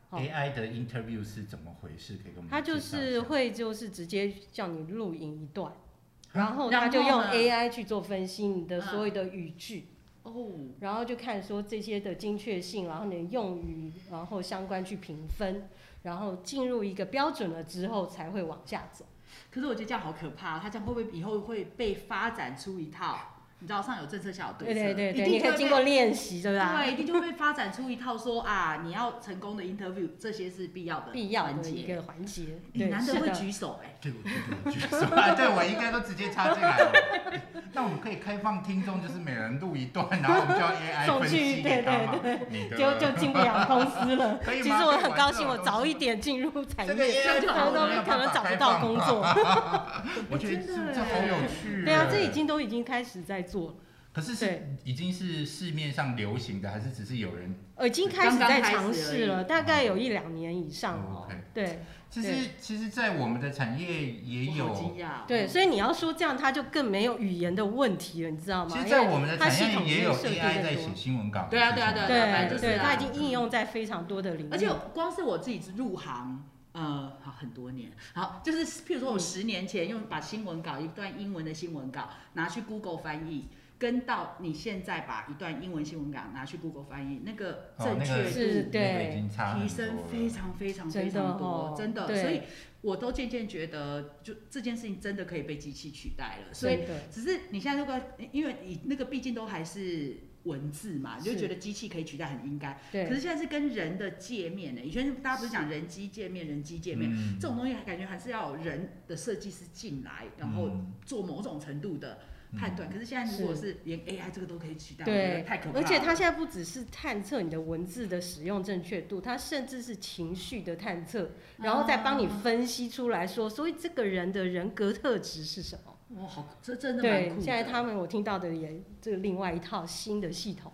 好
，AI 的 interview 是怎么回事？可以跟我们
他
嗯
就
介
是
绍一下
会就是直接叫你录影一段，
啊
然后
然
他就
后
用
呢
AI 去做分析你的
嗯
所有的语句，
哦，
然后就看说这些的精确性，然后你的用语，然后相关去评分，然后进入一个标准了之后才会往下走。
可是我觉得这样好可怕、哦，他这样会不会以后会被发展出一套？你知道上有政策，下有
啊
对
策，
对对
一
对，
定
你可
就
以
会
经
被
过练习，对啊吧？
对，一定就会发展出一套说啊，你要成功的 interview，这些是必要的
必要
环
的一
节。
个
[laughs]
环节。
你
对，
难
是
得会
的。
举手哎、
对，我觉得我举手啊，对我应该都直接插进来了。 [laughs] 那我们可以开放听众，就是每人录一段，然后我们叫 AI
送
分析给
去对
他
对
嘛。
对，
你的。
就就进不了公司了
可以吗
其实我很高兴，
可以玩这种东西
我早一点进入产
这个
业，
AI
都
好没有
可
办
能
法
找不
开
到
放
工
吧
作。
我觉得
真的
这这好
耶
有趣。
对啊，这已。经都已经开始在做了，
可是是
对
已经是市面上流行的，还是只是有人
呃已经开始
刚刚
在
开始
尝试
而
了，大概有一两年以上哦。
OK？
对
其
对
实，其实，在我们的产业也
我好惊
有，
讶哦、
对，所以你要说这样，它就更没有语言的问题了，你知道吗？
其实，
因为
在我们的
它系
产业
统
也有
已经设计
AI 在
更
写
多
新闻稿。
对啊对啊对啊
是不是
本来
对
就是
对，
啊
它已经应用在非常多的领域。
而且光是我自己入行，呃，好很多年，好，就是譬如说
嗯
我十年前用把新闻稿一段英文的新闻稿拿去 Google 翻译，跟到你现在把一段英文新闻稿拿去 Google 翻译，那个
哦
正
那
确
个
是
度
那
对
个已经啊差很
提
多
升
了
非常非常
真
非
的
常多，
哦
真的，
对
所以我都渐渐觉得，就这件事情真的可以被机器取代了，所以。
真的
只是你现在如果，因为你那个毕竟都还是文字嘛，你就是觉得机器可以取代，很应该。可
对
是现在是跟人的界面呢、以前大家不是讲人机界面、人机界面、
嗯
这种东西，感觉还是要有人的设计师进来，然后
嗯
做某种程度的判断。可是现在如果是连 AI 这个都可以取代，我觉得
对
太可，怕了。
而且它现在不只是探测你的文字的使用正确度，它甚至是情绪的探测，然后再帮你
啊
分析出来说，所以这个人的人格特质是什么。
哇，好，这真的蛮
对
酷，的。
现在他们我听到的也这个另外一套新的系统，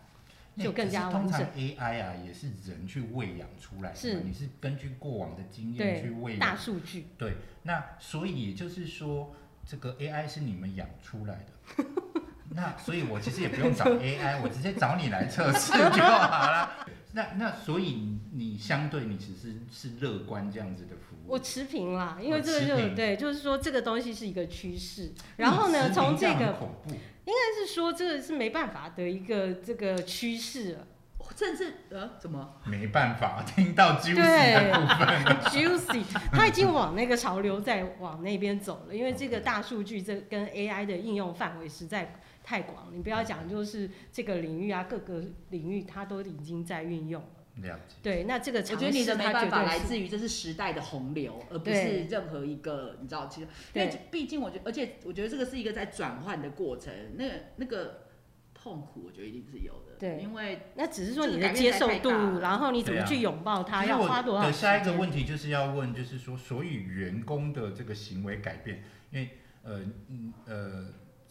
那
就
可
更
是
加
通
完
常
整
AI 啊，也是人去喂养出来的嘛，
是
你是根据过往的经验
对
去喂
大
养。
数据，
对，那所以也就是说，这个 AI 是你们养出来的。 [laughs] 那所以，我其实也不用找 AI，我直接找你来测试就好了。那那所以你你相对你其实是乐观这样子的服务
我。持平啦，因为
哦
这个
持
就
平嗯
对，就是说这个东西是一个趋势。然后呢，
你持
从
平
这
样很
个
恐怖，
但是说这个是没办法的一个这个趋势了 [laughs]
甚至呃，怎么？
没办法，听到 j u
对
的部分， [laughs]
，juicy，它已经往那个潮流在往那边走了，因为这个大数据这跟 AI 的应用范围实在太广了，你不要讲就是这个领域啊，各个领域它都已经在运用了。
了解。
对，那这个
我
尝
觉得你
试
的没
它绝
办法来
对是
自于这是时代的洪流，而不
对
是任何一个你知道，其实因
对
为毕竟我觉得，而且我觉得这个是一个在转换的过程，那个那个痛苦，我觉得一定是有的。
对
因为
那只是说你
这
的
个改
接
变
受
太
度
大了，
然后你怎么
对啊
去拥抱它，
其实
要
我
花多少
的
时
下一个
间
问题就是要问，就是说，所以员工的这个行为改变，因为呃嗯呃，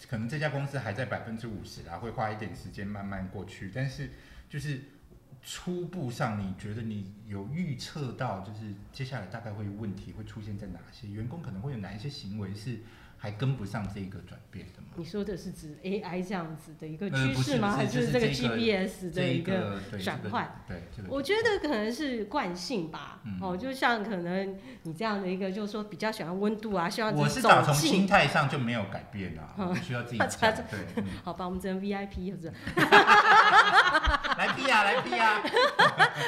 可能这家公司还在百分之五十啦，会花一点时间慢慢过去，但是就是初步上，你觉得你有预测到，就是接下来大概会问题会出现在哪些？员工可能会有哪一些行为是还跟不上这个转变的吗？
你说的是指 AI 这样子的一个
呃
趋
不是
势吗？
不是
还
就是
这个
这个
GPS 的
这
一个？
个对
转
这个
换
对这个，
我觉得可能是惯性吧
嗯。
哦，就像可能你这样的一个，就是说比较喜欢温度啊，希望
我是
走
打从
进
心态上就没有改变
[laughs]
啊，
嗯
我必须要自己
他
讲。
他
对，嗯
好吧，我们只能
[laughs]
VIP 是不是？
来 P 啊，来 P 啊，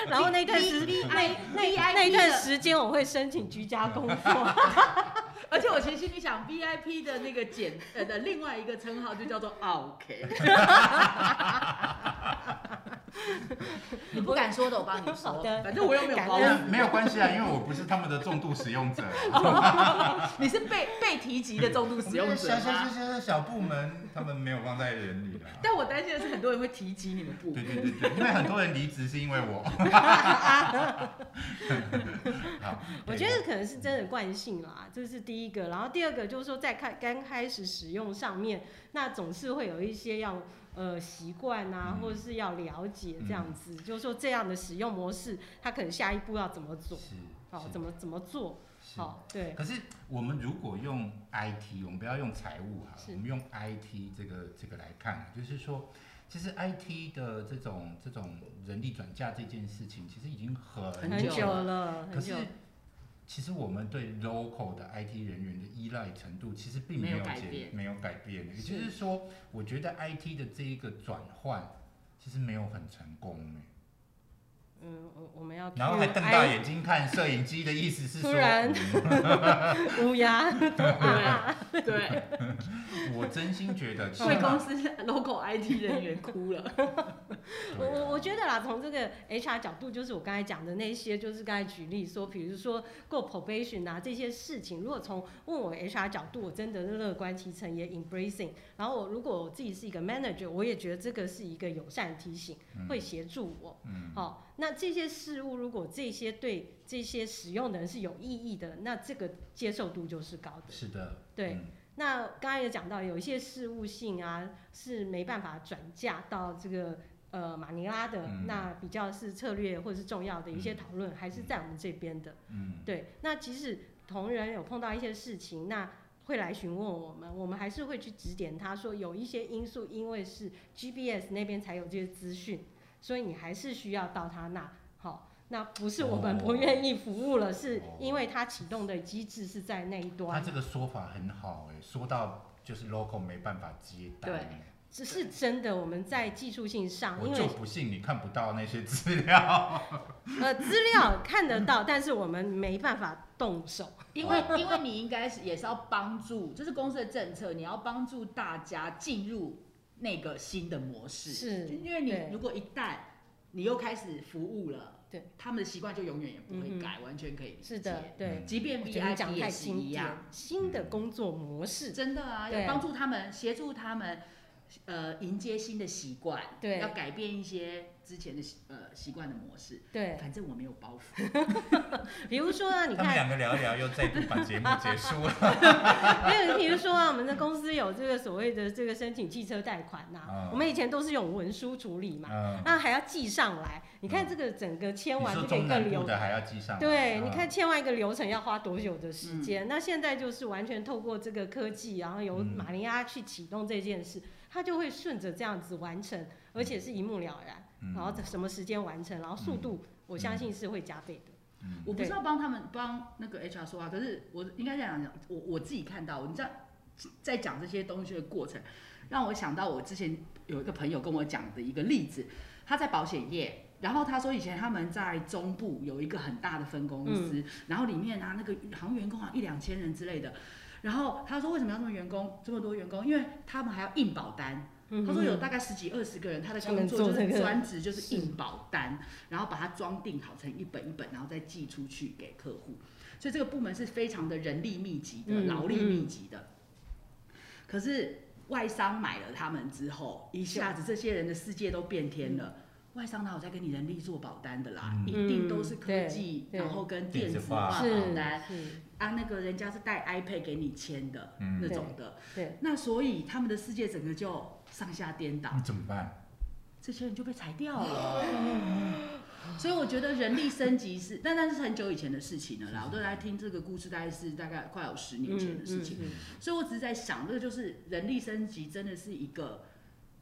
然后那段时那
VI
那那
VIP
段
的，
时间我会申请居家
[laughs]
工作，
而且我其实心里想，VIP 的那个简呃的另外一个称号就叫做
[laughs]
OK。
你不敢说的，我帮你说。
好的
反正我又没有
感
包
没
恩
有没有关系啊，因为我不是他们的重度使用
[laughs]
者，
你是被被提及的重度使
我
用
们是
者
小小小
吗？
小小小部门，他们没有放在眼里的啊。
但我担心的是，很多人会提及你们部
对对对对，因为很多人离职是因为我。 [laughs] 好，
[laughs] 我觉得
啊
可能是真的惯性啦，这是第一个。然后第二个就是说，在开刚开始使用上面，那总是会有一些要呃习惯啊
嗯，
或者是要了解这样子，就是说这样的使用模式，它可能下一步要怎么
对
做，
是
好
是
怎么怎么做，
是
好对，
可是我们如果用 IT，我们不要用财务哈，
是
我们用 IT 这个这个来看，啊就是说，其实 IT 的这种这种人力转嫁这件事情，其实已经很
很
很
久
久
了
了，
可
很
是
久了。
其实我们对 local 的 IT 人员的依赖程度，其实并没
没有
有
改
解
变
没有改变。也
是
就是说，我觉得 IT 的这一个转换，其实没有很成功欸
哦嗯，我我们要哎
然后还瞪大眼睛看摄影机的意思是说，
突然
嗯 [laughs]
乌鸦，
啊
对啊对，啊
嗯我真心觉
[laughs]
得，起
贵公
码
司 local IT 人员哭了。
啊
我我我觉得啦，从这个 HR 角度，就是我刚才讲的那些，就是刚才举例说，比如说过 probation 啊这些事情，如果从问我 HR 角度，我真的是乐观其成，也 embracing。然后我如果我自己是一个 manager，我也觉得这个是一个友善提醒，
嗯
会协助我。
嗯
好、那这些事物如果这些对这些使用的人是有意义的，那这个接受度就是高的。
是的，
对
嗯
那刚才也讲到，有一些事务性啊是没办法转嫁到这个呃马尼拉的，
嗯
那比较是策略或者是重要的一些
嗯
讨论，还是在我们这边的。
嗯
对，那即使同仁有碰到一些事情，那会来询问我们，我们还是会去指点他说，有一些因素因为是 GBS 那边才有这些资讯，所以你还是需要到他那。好，那不是我
哦
们不愿意服务了，是因为他启动的机制是在那一
他
端。
这个说法很好哎、说到就是 local 没办法接单，
对
这是真的，我们在技术性上，
我
啊因
就
为
不信你看不到那些资料。
呃资料看得到，但是我们没办法动手。
因为因为你应该是也是要帮助，这是公司的政策，你要帮助大家进入那个新的模式。
是
因为你
对
如果一旦你又开始服务了，
对，
他们的习惯就永远也
嗯
不会改，完全可以理解。
是的，，
嗯
对。
即便
我觉得你
VIP
讲
也
太
是
经
一
典
样，，
新的工作模式，
真的啊，
对
要帮助他们，协助他们。呃，迎接新的习惯，
对
要改变一些之前的习呃习惯的模式。
对。
反正我没有包袱，
比如说
[laughs]
啊，你
他们
看，
两个聊一聊，又再度把节目结
[laughs]
束了。
没有，比如说啊，我们的公司有这个所谓的这个申请汽车贷款呐、
嗯
我们以前都是用文书处理嘛，
嗯，
那还要寄上来。你看
嗯
这个整个签
你
完
说
这个
中
一个
南
流
部的还要记上来，
对，
嗯
你看签完一个流程要花多久的时间？那现在就是完全透过这个科技，然后由
嗯
马尼亚去启动这件事，它就会顺着这样子完成，而且是一目了然，
嗯
然后什么时间完成，然后速度，我相信是会加倍的。
嗯
我不是要帮他们帮那个 HR 说话，可是我应该这样讲，我我自己看到，你知道，在讲这些东西的过程，让我想到我之前有一个朋友跟我讲的一个例子，他在保险业。然后他说，以前他们在中部有一个很大的分公司，然后里面啊那个好像员工啊一两千人之类的。然后他说，为什么要这么员工这么多员工？因为他们还要印保单，
嗯
他说有大概十几二十个人，他的工
他
作就
们做这
是
个
专职就是印保单，然后把它装订好成一本一本，然后再寄出去给客户。所以这个部门是非常的人力密集的、
嗯
劳力密集的。可是外商买了他们之后，一下子这些人的世界都变天了。外商哪有在跟你人力做保单的啦？
嗯
一定都是科
对
技，
嗯对
然后跟
电
电
子
子
化
化保
是
单
是，
啊，那个人家是带 iPad 给你签的、
嗯
那种的。
对，
那所以他们的世界整个就上下颠倒。
你怎么办？
这些人就被裁掉了。所以我觉得人力升级是，但那是很久以前的事情了啦。我都来听这个故事，大概是大概快有十年前的事情。
嗯嗯
所以我只是在想，这个就是人力升级真的是一个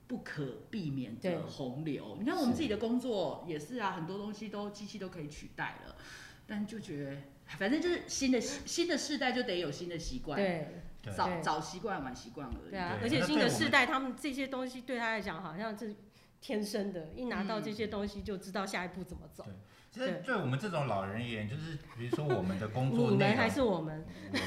不可避免
对
的洪流。你看我们自己的工作也是啊，很多东西都机器都可以取代了，但就觉得反正就是新的新的世代就得有新的习惯，
对
对
早
对
早习惯晚习惯而已。
对啊，
对
而且
那
新
对
的
我
世
们
代，他们这些东西对他来讲好像是天生的，一拿到这
嗯
些东西就知道下一步怎么走。
其实对我们这种老人而言，就是比如说我们的工作
你
内
们还
容，
是我们？
[laughs]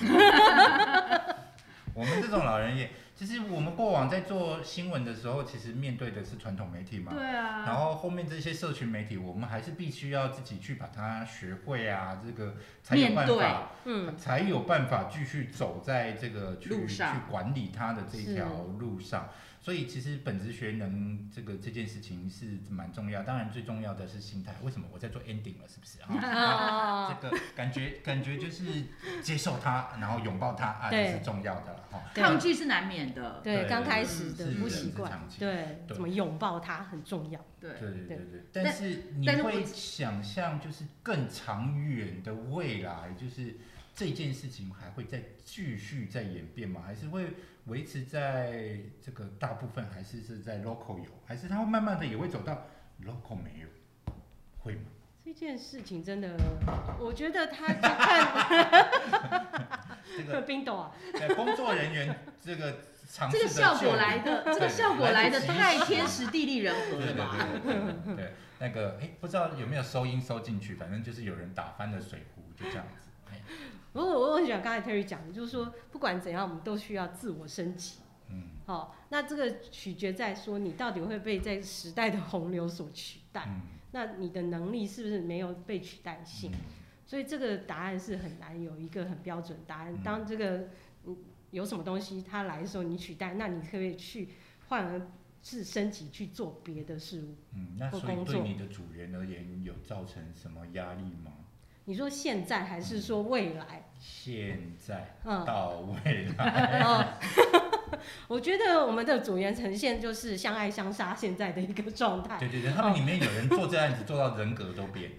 我们这种老人也，其实我们过往在做新闻的时候，其实面对的是传统媒体嘛，
对啊，
然后后面这些社群媒体，我们还是必须要自己去把它学会啊，这个才有办
面对
法，
嗯，
才有办法继续走在这个去
路上
去管理它的这条路上。所以其实本职学能这个这件事情是蛮重要，当然最重要的是心态。为什么我在做 ending 了，是不是 [laughs]
[laughs]
啊？
啊，
这个感觉感觉就是接受它，然后拥抱它啊，
对
这是重要的了哈。
对
抗拒是难免的，
对，
对
刚开
嗯
始的
是
不
人
习
之
惯
常，情
对，
对
怎么拥抱它很重要。
对。
对对
对
对对，但是你
但是
会
我
想象就是更长远的未来，就是这件事情还会再继续再演变吗？还是会维持在这个大部分还是是在 local 有，还是它会慢慢的也会走到 local 没有？会吗？
这件事情真的，我觉
[laughs]
得他就看
这
[laughs]
个
冰斗啊，
呃工作人员这个尝试
这
的
个效果
救
来的，这个
对
效果
来
来的
得及
太天时地利人和
对
了
对
吧？
对对对对，那个哎，不知道有没有收音收进去，反正就是有人打翻了水壶，就这样子。哎
不过我我很喜欢刚才 Terry 讲的，就是说不管怎样，我们都需要自我升级。
嗯，
哦，那这个取决在说你到底会被这个时代的洪流所取代，
嗯
那你的能力是不是没有被取代性？
嗯
所以这个答案是很难有一个很标准答案
嗯。
当这个嗯有什么东西它来的时候，你取代，那你可不可以去换呃而是升级去做别的事物？
嗯，那
或
所以
工
对
作
你的组员而言，有造成什么压力吗？
你说现在还是说未来？
现在
嗯，
到未
[laughs]
来，
哦，我觉得我们的组员呈现就是相爱相杀现在的一个状态，
对对对，他们里面有人做这案子做到人格都变，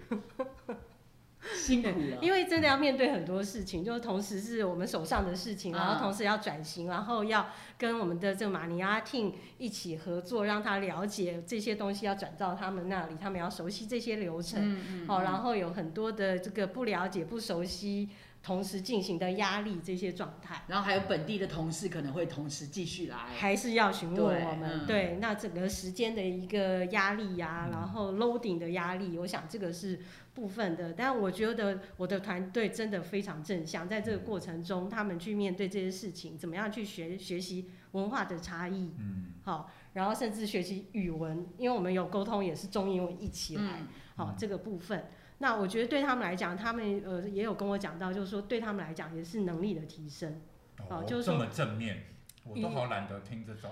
辛苦了，
因为真的要面对很多事情，就是同时是我们手上的事情，
啊
然后同时要转型，然后要跟我们的这个马尼亚 team 一起合作，让他了解这些东西要转到他们那里，他们要熟悉这些流程。
嗯
哦，然后有很多的这个不了解、不熟悉，同时进行的压力这些状态。
然后还有本地的同事可能会同时继续来，
还是要询问我
对
们
嗯
对,、那整个时间的一个压力呀、
嗯
然后 loading 的压力，我想这个是部分的。但我觉得我的团队真的非常正向，在
嗯
这个过程中，他们去面对这些事情，怎么样去学学习文化的差异，
嗯，
好，然后甚至学习语文，因为我们有沟通，也是中英文一起来。
嗯，
好、
嗯
这个部分。那我觉得对他们来讲，他们呃也有跟我讲到，就是说对他们来讲也是能力的提升。
哦
哦，就是
这
说
么正面，我都
一
好懒得听这种。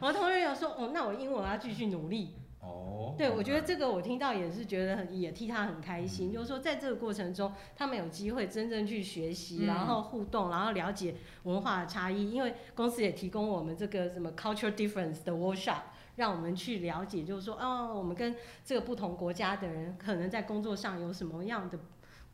我的同学有说，哦，那我英文要继续努力。
哦，
对，我觉得这个我听到也是觉得很也替他很开心，
嗯
就是说在这个过程中，他们有机会真正去学习，
嗯
然后互动，然后了解文化的差异。因为公司也提供我们这个什么 culture difference 的 workshop，让我们去了解，就是说，哦，我们跟这个不同国家的人可能在工作上有什么样的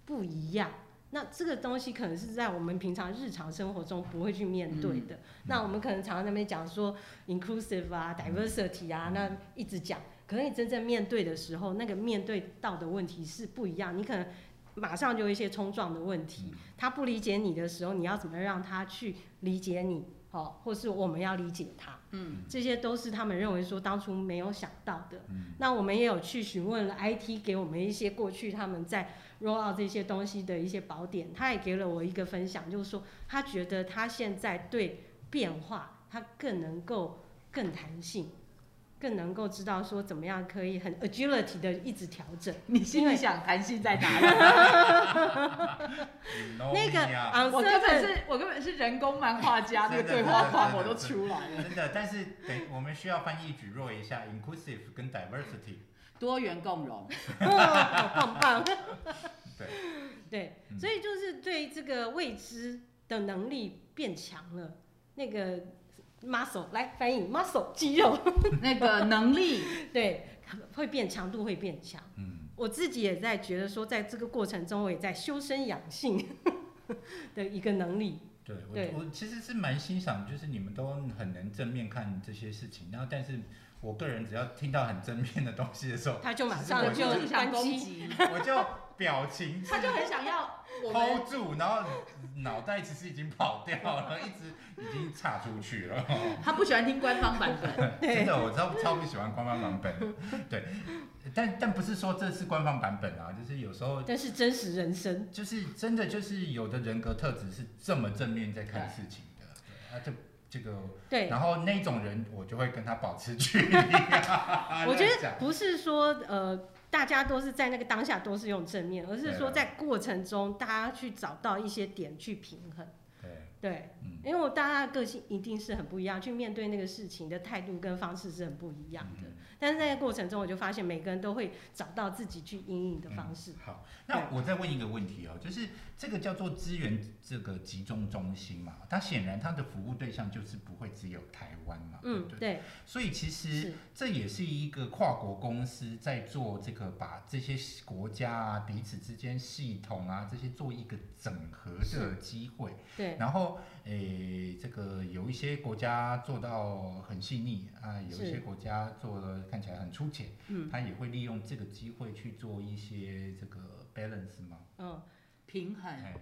不一样。那这个东西可能是在我们平常日常生活中不会去面对
嗯
的。那我们可能常常在那边讲说 inclusive 啊、diversity 啊，那一直讲。可能你真正面对的时候，那个面对到的问题是不一样。你可能马上就有一些冲撞的问
嗯
题，他不理解你的时候，你要怎么让他去理解你？哦，或是我们要理解他，
嗯，
这些都是他们认为说当初没有想到的。
嗯
那我们也有去询问了 IT 给我们一些过去他们在 roll out 这些东西的一些宝典，他也给了我一个分享，就是说他觉得他现在对变化他更能够更弹性，更能够知道说怎么样可以很 agility 的一直调整。
你心里想弹性在哪里？
那个
啊，
[laughs] 我根本
uncertain
是我根本是人工漫画家，那
真的
个对话
真的真
框
的
我都出来了，
真的，但是得我们需要翻译举弱一下 inclusive 跟 diversity。
[laughs] 多元共融，
哦好棒棒。
[laughs] 对
[laughs] 对
嗯
所以就是对这个未知的能力变强了，那个 muscle 来翻译 muscle 肌肉，
那个能力，
对，会变强度会变强。
嗯，
我自己也在觉得说，在这个过程中，我也在修身养性的一个能力。
对
对
我我其实是蛮欣赏，就是你们都很能正面看这些事情，然后但是我个人只要听到很正面的东西的时候，
他就马
那
上
其实
就
我
就是想攻
关机，
击，
我就表情
他就很想要 [laughs] 我们
hold 住，然后脑袋其实已经跑掉了， [laughs] 一直已经岔出去了。
他不喜欢听官方版
[laughs]
本，
真的，我超超不喜欢官方版本的。对，但但不是说这是官方版本啊，就是有时候
但是真实人生。
就是真的就是有的人格特质是这么正面在看事情的，对啊，这这个，
对，。
然后那种人我就会跟他保持距离、 [laughs] 啊
我觉
乱
得
讲
不是说呃，大家都是在那个当下都是用正面，而是
对啊
说在过程中大家去找到一些点去平衡。
对，
对，
嗯
因为我大家的个性一定是很不一样，去面对那个事情的态度跟方式是很不一样的。
嗯
但是在过程中，我就发现每个人都会找到自己去应应的方式。
好，那我再问一个问题哦，就是这个叫做资源这个集中中心嘛，它显然它的服务对象就是不会只有台湾嘛，对
嗯
不，对？
对，
所以其实
是
这也是一个跨国公司在做这个，把这些国家啊彼此之间系统啊这些做一个整合的
是
机会。
对，
然后，诶、这个有一些国家做到很细腻啊，有一些
是
国家做的看起来很粗浅，
嗯
他也会利用这个机会去做一些这个 balance 嘛。
[laughs]
嗯，
平衡。 [laughs]
哎，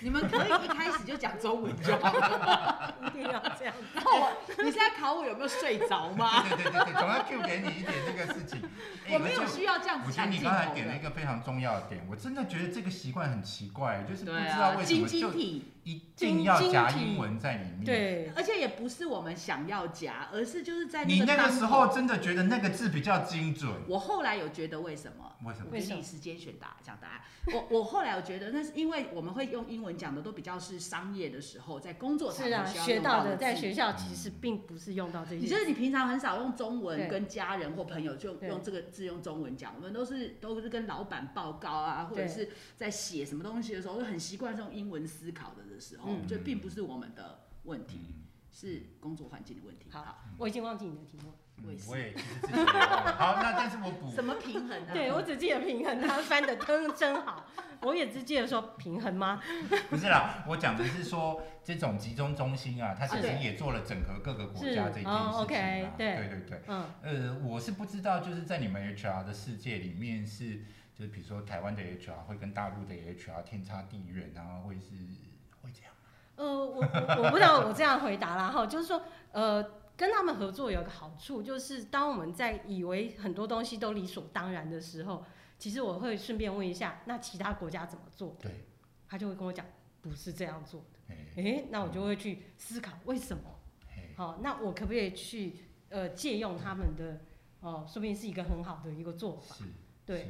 你们可以一开始就讲中文就好。
一定要
[laughs]
这样。
然后我，你现在考我有没有睡着吗？
哎对对对对，总要 Q 给你一点这个事情。哎
我没
而
有
且
需要这样子哦
我觉得
抢
你
镜
刚才
头
点了一
的。
个非常重要的点，我真的觉得这个习惯很奇怪，就是不
对
知道
啊，
为什
晶
么
晶
就
体，
一定要夹英文在里面。，
对，
而且也不是我们想要夹，而是就是在
你那
那
个
当
时
口
候，真的觉得那个字比较精准，
我后来有觉得为什么？
为什么
我？
为什
给
么
你时间选答讲答案。我我后来我觉得，那是因为我们会用英文讲的都比较是商业的时候，在工作场
是啊，
合需要
学
用到
到的在
字
学校其实并不是用到这
嗯你就
些。
是你平常很少用中文
对
跟家人或朋友就
对
用这个字用中文讲，我们都是都是跟老板报告啊，或者
对
是在写什么东西的时候，就很习惯是用英文思考的的时候，
嗯
就并不是我们的问题，
嗯
是工作环境的问题。
好，我已经忘记你的题目了。
我也是
嗯我也其实自己也忘了好，那但是我补
什么平衡啊？[laughs]
对我只记得平衡，他翻的真真好，我也只记得说平衡吗？
不是啦，我讲的是说这种集中中心啊，它其
啊
实
对
也做了整合各个国家
是
这件事情
哦
啊。
，OK，对
对对对。
嗯，
呃，我是不知道，就是在你们 HR 的世界里面是，就是比如说台湾的 HR 会跟大陆的 HR 天差地远啊，会是会这样。
呃，我我我不知道我这样回答啦哈，就是说，呃，跟他们合作有个好处，就是当我们在以为很多东西都理所当然的时候，其实我会顺便问一下，那其他国家怎么做？
对，
他就会跟我讲，不是这样做的。
哎、
诶，那我就会去思考为什么。
哎
好，那我可不可以去呃借用他们的？哦，说不定是一个很好的一个做法。
是，
对
是。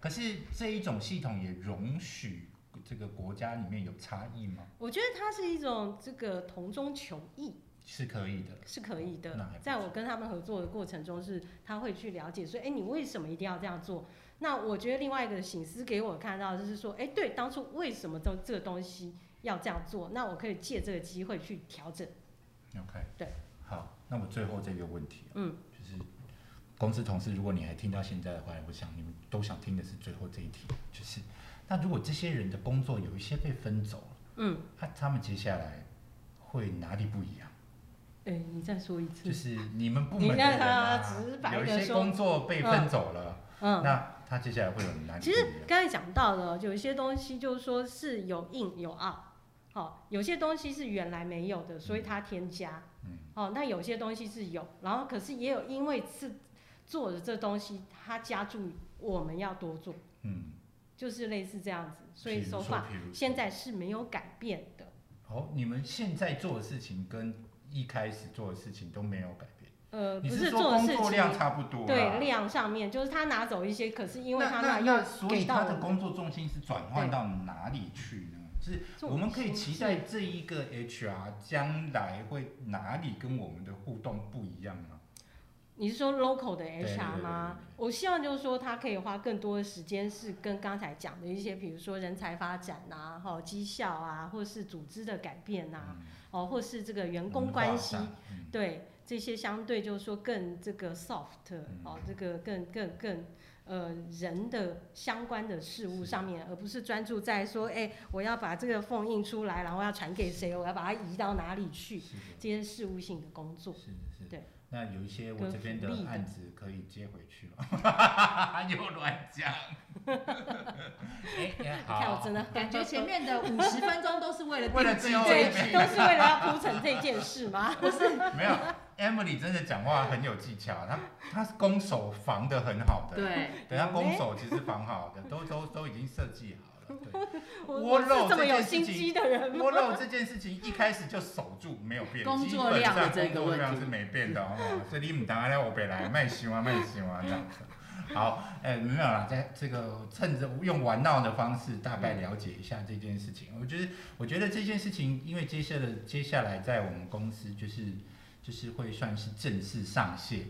可是这一种系统也容许这个国家里面有差异吗？
我觉得它是一种这个同中求异
是可以的。
是可以
哦那
的
还不错。
在我跟他们合作的过程中，是他会去了解说，哎，你为什么一定要这样做？那我觉得另外一个醒思给我看到就是说，哎，对，当初为什么这这个东西要这样做？那我可以借这个机会去调整。
OK。
对。
好，那我最后这个问题、啊
嗯，
就是公司同事，如果你还听到现在的话，我想你们都想听的是最后这一题，就是那如果这些人的工作有一些被分走了。
嗯，
那他们接下来会哪里不一样？
哎，你再说一次
就。是你们部门的人、
你让他
啊、
直白
有
地
一些
说
工作被分走了，
嗯，
那他接下来会有哪里不
其
一
实
样？
刚才讲到了，有一些东西就是说是有硬有 out，好、有些东西是原来没有的，所以它添加，
嗯，
哦，那有些东西是有，然后可是也有因为是做的这东西，它加注我们要多做，
嗯，
就是类似这样子，所以
譬如
手
说
法
譬如说
现在是没有改变的，
哦，你们现在做的事情跟一开始做的事情都没有改变，
呃，
你
不
是
做
说
的
工
事
作量
情，
差不多啦
对量上面就是他拿走一些，可是因为
啊那
他
那
又
那所以
给到
他
我
的
们，
工作重心是转换到哪里去呢？是
做
我们可以
心
期
智
待这一个 HR 将来会哪里跟我们的互动不一样吗？
你是说 local 的
对
HR 吗？
对对对
我希望就是说，他可以花更多的时间是跟刚才讲的一些，比如说人才发展啊，哈，绩效啊，或是组织的改变啊，
嗯
哦，或是这个员工
文
关
化
系
上，嗯
对这些相对就是说更这个 soft
嗯
哦，这个更更更呃人的相关的事物
是
上面，而不是专注在说，哎、我要把这个缝印出来，然后要传给谁，我要把它移到哪里去，
是的。
这些事务性的工作。
是的，是的。
对
那有一些我
跟
这边
福利
的
的
案子可以接回去了， [laughs] 又乱
[laughs]
讲。哎、哎
你看我
好，
真的
感觉前面
[laughs]
的五十分钟都是为了
为了
定制
最后
对
一
这
名
一
都是为了要铺成这件事
[laughs]
吗？
没有 Emily 真的讲话很有技巧，她她攻守防的很好的。，
对，
等她
有
攻
哎
嘞
守其实防好的，都都都已经设计好了。对，
我
我
我是
肉
这
这
么有
件事
心
情
机的人吗
锅？肉这件事情一开始就守住，没有变，
工
基
作
本
量的
上
这个
工作
问
量
题
是没变的哦。所以你们当然来我北来卖熊啊，卖熊啊这样子。好，哎、没有啦，在这个趁着用玩闹的方式，大
嗯
概了解一下这件事情。我觉得，我觉得这件事情，因为接下来接下来在我们公司就是就是会算是正式上线。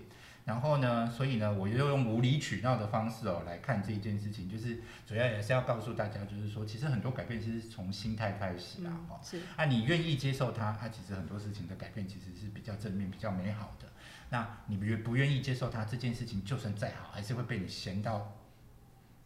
然后呢，所以呢，我又用无理取闹的方式哦来看这件事情，就是主要也是要告诉大家，就是说，其实很多改变其实是从心态开始啊，
嗯
哦，
是
啊，你愿意接受它，它其实很多事情的改变其实是比较正面、比较美好的。那你不愿不愿意接受它，这件事情就算再好，还是会被你嫌到。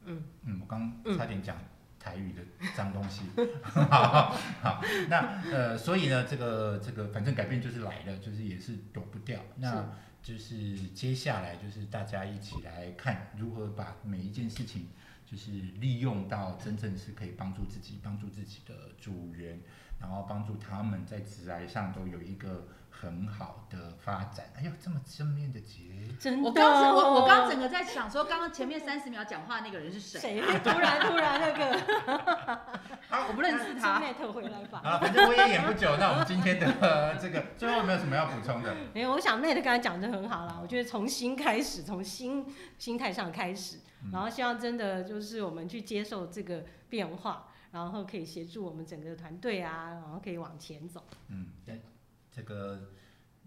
嗯
嗯，我刚
嗯
差点讲台语的脏东西。 [laughs] 好，好，那呃，所以呢，这个这个，反正改变就是来了，就是也是躲不掉。那就是接下来就是大家一起来看如何把每一件事情。就是利用到真正是可以帮助自己、帮助自己的组员，然后帮助他们在职涯上都有一个很好的发展。哎呦，这么正面的结，
真的。
我刚是我我刚整个在想说，刚刚前面三十秒讲话那个人是谁？
哦谁突然突然那个
好，
我不 [laughs] 认识他。
net 回来吧？
啊，反正我也演不久。那我们今天的、呃这个最后有没有什么要补充的？
没有，我想 Nate 刚才讲的很好啦，我觉得从心开始，从心心态上开始，
嗯
然后希望真的就是我们去接受这个变化，然后可以协助我们整个团队啊，然后可以往前走。
嗯，对，这个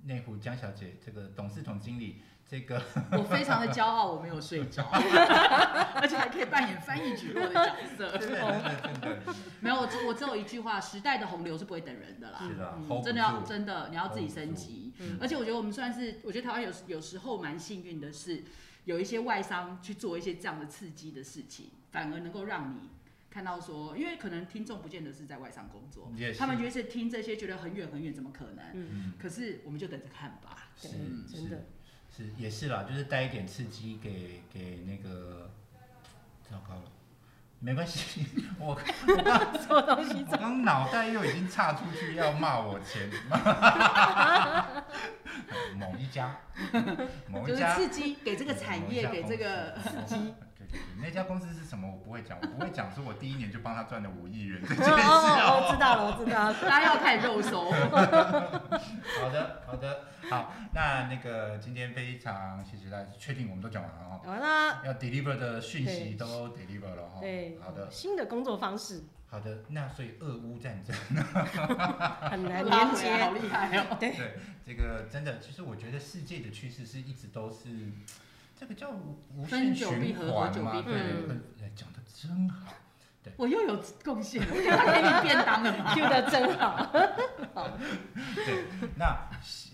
内湖江小姐，这个董事总经理，这个
我非常的骄傲，我没有睡着，而且还可以扮演翻译角落的角色。
[laughs] 真的真的真的
没有，我只我只有一句话：时代的洪流是不会等人的啦。
是的，hold 啊
嗯，
不
真的要
住
真的，你要自己升级。
嗯
而且我觉得我们算是，我觉得台湾有有时候蛮幸运的是，有一些外商去做一些这样的刺激的事情，反而能够让你看到说，因为可能听众不见得是在外商工作，
也是
他们就是听这些觉得很远很远，怎么可能？
嗯，
可是我们就等着看吧。
是
对
嗯
真的
是是也是啦，就是带一点刺激给给那个，糟糕了。没关系，我
[laughs]
什么东西？
我刚脑袋又已经岔出去要骂我前某一家，某
就
一
是
家
刺激给这个产业，给这个
刺激。对对对，那家公司是什么？我不会讲，我不会讲，说我第一年就帮他赚了五亿元这件事
啊
哦，
哦。
我知道了，我知道了。
大家要看肉搜。
[laughs] 好的，好的，好，那那个今天非常谢谢大家，确定我们都讲完了哦，
好啦，
要 deliver 的讯息
对
都 deliver
哦
了哈。
对，
好的，
新的工作方式
好的，那所以俄乌战争。
很难
拉
连
回来好
接，
厉害哦！
对，这个真的，其实我觉得世界的趋势是一直都是，这个叫无无限
分久必
循
合合嗯
环
久
嘛，
必
对
分，
分哎讲的真好，
我又有贡献了，他 [laughs] 给你便当了吗？
Q 的真好。
对，那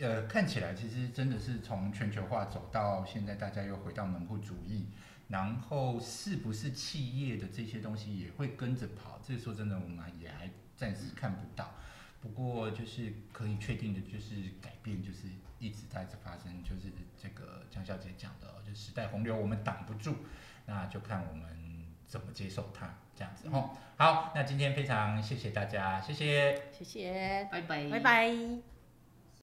呃看起来其实真的是从全球化走到现在，大家又回到门户主义，然后是不是企业的这些东西也会跟着跑？这说真的，我们也还暂时看不到。不过就是可以确定的，就是改变就是一直在发生，就是这个江小姐讲的哦，就时代洪流我们挡不住，那就看我们怎么接受它这样子哦。好，那今天非常谢谢大家，谢谢。
谢谢，
拜拜
拜拜。